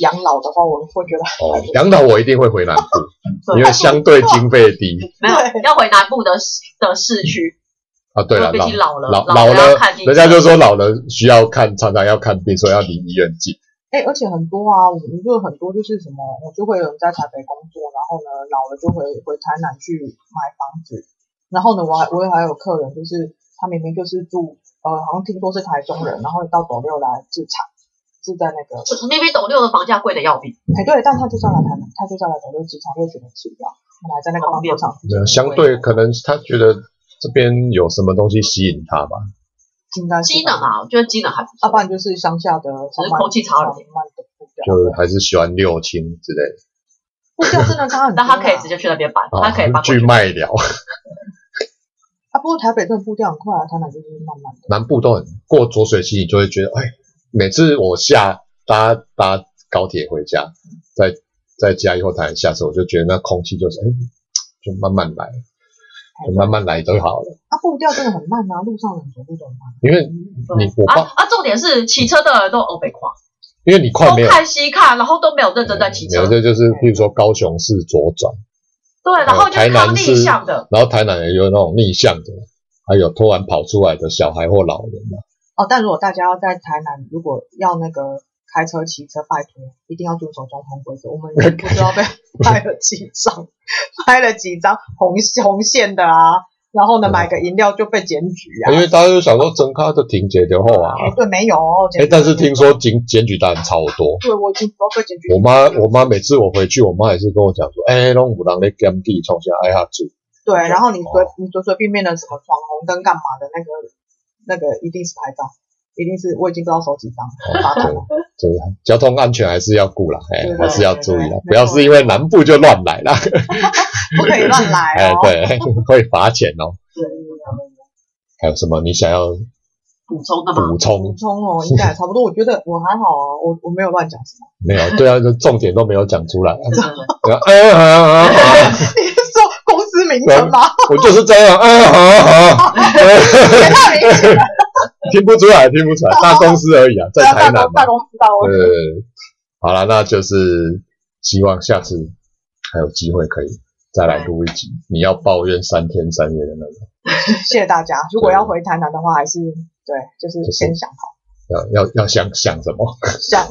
[SPEAKER 4] 养老的话，我会觉得啊
[SPEAKER 2] 哦，养老我一定会回南部，因为相对经费低
[SPEAKER 3] 没有
[SPEAKER 4] 对
[SPEAKER 3] 要回南部的市的市区，
[SPEAKER 2] 啊。对了，
[SPEAKER 3] 因为
[SPEAKER 2] 老
[SPEAKER 3] 毕竟老了，
[SPEAKER 2] 老
[SPEAKER 3] 老
[SPEAKER 2] 老
[SPEAKER 3] 要
[SPEAKER 2] 了
[SPEAKER 3] 看医，生
[SPEAKER 2] 人家就说老了需要看，常常要看病，所以要离医院近。
[SPEAKER 4] 哎、而且很多啊，我们就很多就是什么，我就会有人在台北工作，然后呢，老了就回回台南去买房子，然后呢，我还我也还有客人，就是他明明就是住呃，好像听说是台中人，然后到斗六来置产，是在那个
[SPEAKER 3] 那边斗六的房价贵的要命，
[SPEAKER 2] 嗯
[SPEAKER 4] 哎对，但他就是要来台南，他就是要来斗六置产，我也觉得很奇怪，他来在那个房地产附
[SPEAKER 2] 对
[SPEAKER 4] 近
[SPEAKER 2] 啊，相对可能他觉得这边有什么东西吸引他吧。
[SPEAKER 4] 应该是
[SPEAKER 3] 机能
[SPEAKER 4] 吧，
[SPEAKER 3] 啊，我觉得机能还不
[SPEAKER 4] 要、不
[SPEAKER 3] 错。
[SPEAKER 4] 然就是乡下的
[SPEAKER 3] 只是
[SPEAKER 4] 慢
[SPEAKER 3] 空气差了
[SPEAKER 4] 慢慢的步调，
[SPEAKER 2] 就还是喜欢六亲之类的，
[SPEAKER 4] 步调真的差很多、
[SPEAKER 3] 但
[SPEAKER 4] 啊。
[SPEAKER 3] 他可以直接去那边搬，他可以搬
[SPEAKER 2] [LAUGHS] 啊，
[SPEAKER 3] 过
[SPEAKER 2] 去
[SPEAKER 3] 去。
[SPEAKER 2] 卖聊，
[SPEAKER 4] 啊，不过台北真的步调很快啊，台南就是慢慢的。
[SPEAKER 2] 南部都很过浊水溪，你就会觉得，哎，每次我下搭搭高铁回家，在在家以后台下车，我就觉得那空气就是，哎，就慢慢来，就慢慢来就好了。
[SPEAKER 4] 啊，步调真的很慢啊，路上人走路都很慢。
[SPEAKER 2] 因为
[SPEAKER 3] 对
[SPEAKER 2] 你我爸，
[SPEAKER 3] 啊啊！重点是骑车的人都欧北跨，
[SPEAKER 2] 因为你快
[SPEAKER 3] 东
[SPEAKER 2] 没有，
[SPEAKER 3] 看西看，然后都没有认真在
[SPEAKER 2] 嗯
[SPEAKER 3] 骑
[SPEAKER 2] 没
[SPEAKER 3] 车
[SPEAKER 2] 有，。这就是譬如说高雄市左转，
[SPEAKER 3] 对，然后就
[SPEAKER 2] 哦台
[SPEAKER 3] 是靠
[SPEAKER 2] 南
[SPEAKER 3] 逆
[SPEAKER 2] 市
[SPEAKER 3] 向的，，
[SPEAKER 2] 然后台南也有那种逆向的，还有突然跑出来的小孩或老人啊，
[SPEAKER 4] 哦，但如果大家要在台南，如果要那个开车、骑车，拜托一定要遵守交通规则。我们不
[SPEAKER 2] [LAUGHS]
[SPEAKER 4] 知道被拍了几张，拍了几张红红线的啊，然后呢，
[SPEAKER 2] 嗯
[SPEAKER 4] 买个饮料就被检举啊。
[SPEAKER 2] 因为大家就想说整卡的停结的后啊，
[SPEAKER 4] 哎，对，没有。
[SPEAKER 2] 哎、但是听
[SPEAKER 4] 说，
[SPEAKER 2] 说检检举单超多。
[SPEAKER 4] 对我已经都被检举。
[SPEAKER 2] 我妈，我妈每次我回去，我妈也是跟我讲说，哎、弄五郎的 g a m 地冲下挨下住，
[SPEAKER 4] 对，然后你随
[SPEAKER 2] 哦
[SPEAKER 4] 你随随便便的什么闯红灯干嘛的那个那个，一定是拍照，一定是我已经不知道手几张
[SPEAKER 2] 哦
[SPEAKER 4] 了罚单了。
[SPEAKER 2] [LAUGHS] 真的，交通安全还是要顾啦，哎、
[SPEAKER 4] 对
[SPEAKER 2] 还是要注意
[SPEAKER 4] 对
[SPEAKER 2] 啦
[SPEAKER 4] 对，
[SPEAKER 2] 不要是因为南部就乱来啦，
[SPEAKER 4] 不可以乱来
[SPEAKER 2] 哎、
[SPEAKER 4] 哦。
[SPEAKER 2] 对， [LAUGHS] 会罚钱哦。
[SPEAKER 3] 对
[SPEAKER 2] 还有什么你想要
[SPEAKER 3] 补充的嘛。
[SPEAKER 2] 补
[SPEAKER 4] 补
[SPEAKER 2] 充？
[SPEAKER 4] 充哦，应该也差不多。我觉得我还好啊，我我没有乱讲什么。 [LAUGHS]
[SPEAKER 2] 没有，对啊，这重点都没有讲出来。
[SPEAKER 3] 对对对
[SPEAKER 2] 对啊嗯好好好
[SPEAKER 4] 你是说公司名称吗？
[SPEAKER 2] 我就是这样，嗯好好，
[SPEAKER 4] 别大名字，
[SPEAKER 2] 听不出来，听不出来，大公司而已啊，在台
[SPEAKER 4] 大
[SPEAKER 2] 南
[SPEAKER 4] 公
[SPEAKER 2] 嘛
[SPEAKER 4] 大。公司大公司。
[SPEAKER 2] 呃，好了，那就是希望下次还有机会可以再来录一集。你要抱怨三天三夜的那种，
[SPEAKER 4] 谢谢大家。如果要回台南的话，还是对，就是先想好
[SPEAKER 2] 要要要想想什么？
[SPEAKER 4] 想，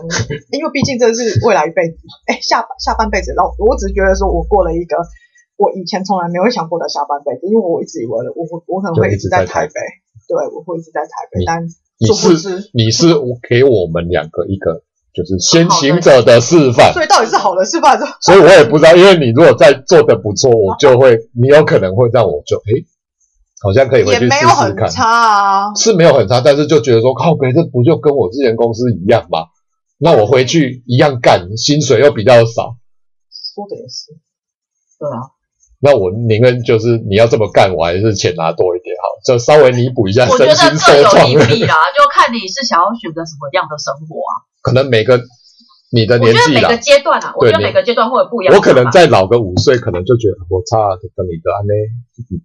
[SPEAKER 4] 因为毕竟这是未来一辈子， [LAUGHS] 哎，下半下半辈子。然后我只是觉得说我过了一个。我以前从来没有想过的下半辈子，因为我一直以为我我我可能会
[SPEAKER 2] 就一
[SPEAKER 4] 一
[SPEAKER 2] 直
[SPEAKER 4] 直在
[SPEAKER 2] 在台
[SPEAKER 4] 台北，对我会一直在台北
[SPEAKER 2] 你，
[SPEAKER 4] 但
[SPEAKER 2] 你
[SPEAKER 4] 殊不
[SPEAKER 2] 是
[SPEAKER 4] 知，
[SPEAKER 2] 你是给我们两个一个就是先行者的示范，
[SPEAKER 4] 所以到底是好的是吧？
[SPEAKER 2] 所以我也不知道，因为你如果再做的不错，我就会，你有可能会让我就诶，好像可以回
[SPEAKER 4] 也
[SPEAKER 2] 去试
[SPEAKER 4] 没有
[SPEAKER 2] 试
[SPEAKER 4] 很
[SPEAKER 2] 看。
[SPEAKER 4] 差啊，
[SPEAKER 2] 是没有很差，但是就觉得说靠北，这不就跟我之前公司一样吗？那我回去一样干，薪水又比较少，
[SPEAKER 4] 说的也是。
[SPEAKER 3] 对啊，
[SPEAKER 2] [LAUGHS] 那我宁愿就是你要这么干，我还是钱拿多一点好，就稍微弥补一下
[SPEAKER 3] 我觉
[SPEAKER 2] 身
[SPEAKER 3] 得
[SPEAKER 2] 心
[SPEAKER 3] 各
[SPEAKER 2] 受
[SPEAKER 3] 有
[SPEAKER 2] 创
[SPEAKER 3] 利。弊啦，就看你是想要选择什么样的生活啊。
[SPEAKER 2] 可能每个你的
[SPEAKER 3] 我
[SPEAKER 2] 年
[SPEAKER 3] 觉得
[SPEAKER 2] 纪
[SPEAKER 3] 每
[SPEAKER 2] 啦
[SPEAKER 3] 个，阶段啊，我
[SPEAKER 2] 对
[SPEAKER 3] 觉得每个阶段会有不一样的
[SPEAKER 2] 我
[SPEAKER 3] 想法。
[SPEAKER 2] 可能再老个五岁，可能就觉得我差跟你的安呢，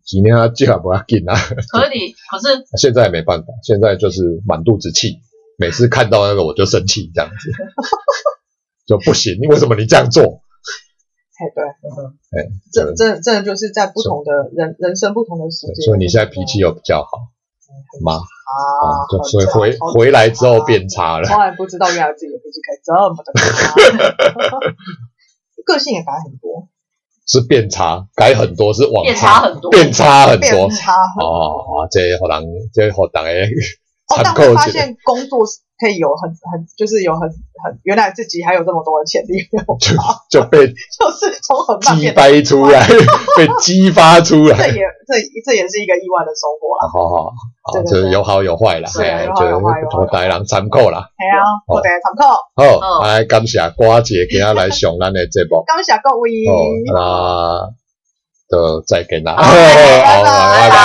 [SPEAKER 2] 几年啊，这还不要紧啊。
[SPEAKER 3] 可是你，可是
[SPEAKER 2] 现在也没办法，现在就是满肚子气，每次看到那个我就生气，这样子 [LAUGHS] 就不行。你为什么你这样做？
[SPEAKER 4] 哎，对，
[SPEAKER 2] 哎
[SPEAKER 4] 这这这就是在不同的人人生不同的时间，
[SPEAKER 2] 所以你现在脾气又比较好吗？
[SPEAKER 4] 啊
[SPEAKER 2] 啊，，就所以
[SPEAKER 4] 嗯好
[SPEAKER 2] 回
[SPEAKER 4] 好
[SPEAKER 2] 回来之后变差了。
[SPEAKER 4] 从来不知道原来自己的脾气可以这么的差， [LAUGHS] 个性也改很
[SPEAKER 2] [LAUGHS]
[SPEAKER 4] 多，
[SPEAKER 2] 是变差，改很多是往
[SPEAKER 3] 变差很多
[SPEAKER 2] 变哦差很多
[SPEAKER 4] 变差很多。
[SPEAKER 2] 哦，这互人这互大家
[SPEAKER 4] 哦，但
[SPEAKER 2] 参
[SPEAKER 4] 会
[SPEAKER 2] 考
[SPEAKER 4] 发
[SPEAKER 2] 一下，
[SPEAKER 4] 现工作是可以有很很，就是有很很，原来自己还有这么多的潜力没 [LAUGHS] 有发，
[SPEAKER 2] 就被
[SPEAKER 4] 就是从很慢
[SPEAKER 2] 激
[SPEAKER 4] 变得
[SPEAKER 2] 掰出来，
[SPEAKER 4] 哦
[SPEAKER 2] [LAUGHS] 被激发出
[SPEAKER 4] 这
[SPEAKER 2] 来。哦
[SPEAKER 4] 也这这也是一个意外的收获
[SPEAKER 2] 好 [LAUGHS]
[SPEAKER 4] 啦。
[SPEAKER 2] 好好，
[SPEAKER 4] 对对
[SPEAKER 2] 就是
[SPEAKER 4] 对啊
[SPEAKER 2] 有好有坏啦，
[SPEAKER 3] 对
[SPEAKER 2] 嘿
[SPEAKER 4] 有
[SPEAKER 2] 就
[SPEAKER 4] 好有坏
[SPEAKER 2] 是
[SPEAKER 4] 有好
[SPEAKER 2] 互大家人参考啦。
[SPEAKER 4] 系啊，
[SPEAKER 2] 哦
[SPEAKER 4] 我哋参考，，
[SPEAKER 2] 好，
[SPEAKER 3] 好
[SPEAKER 2] 来感谢瓜姐今仔来上咱的节目哦
[SPEAKER 4] 感谢各位，
[SPEAKER 2] 好，那就再见啦，
[SPEAKER 3] 好拜
[SPEAKER 2] 好，
[SPEAKER 4] 拜
[SPEAKER 2] 拜拜。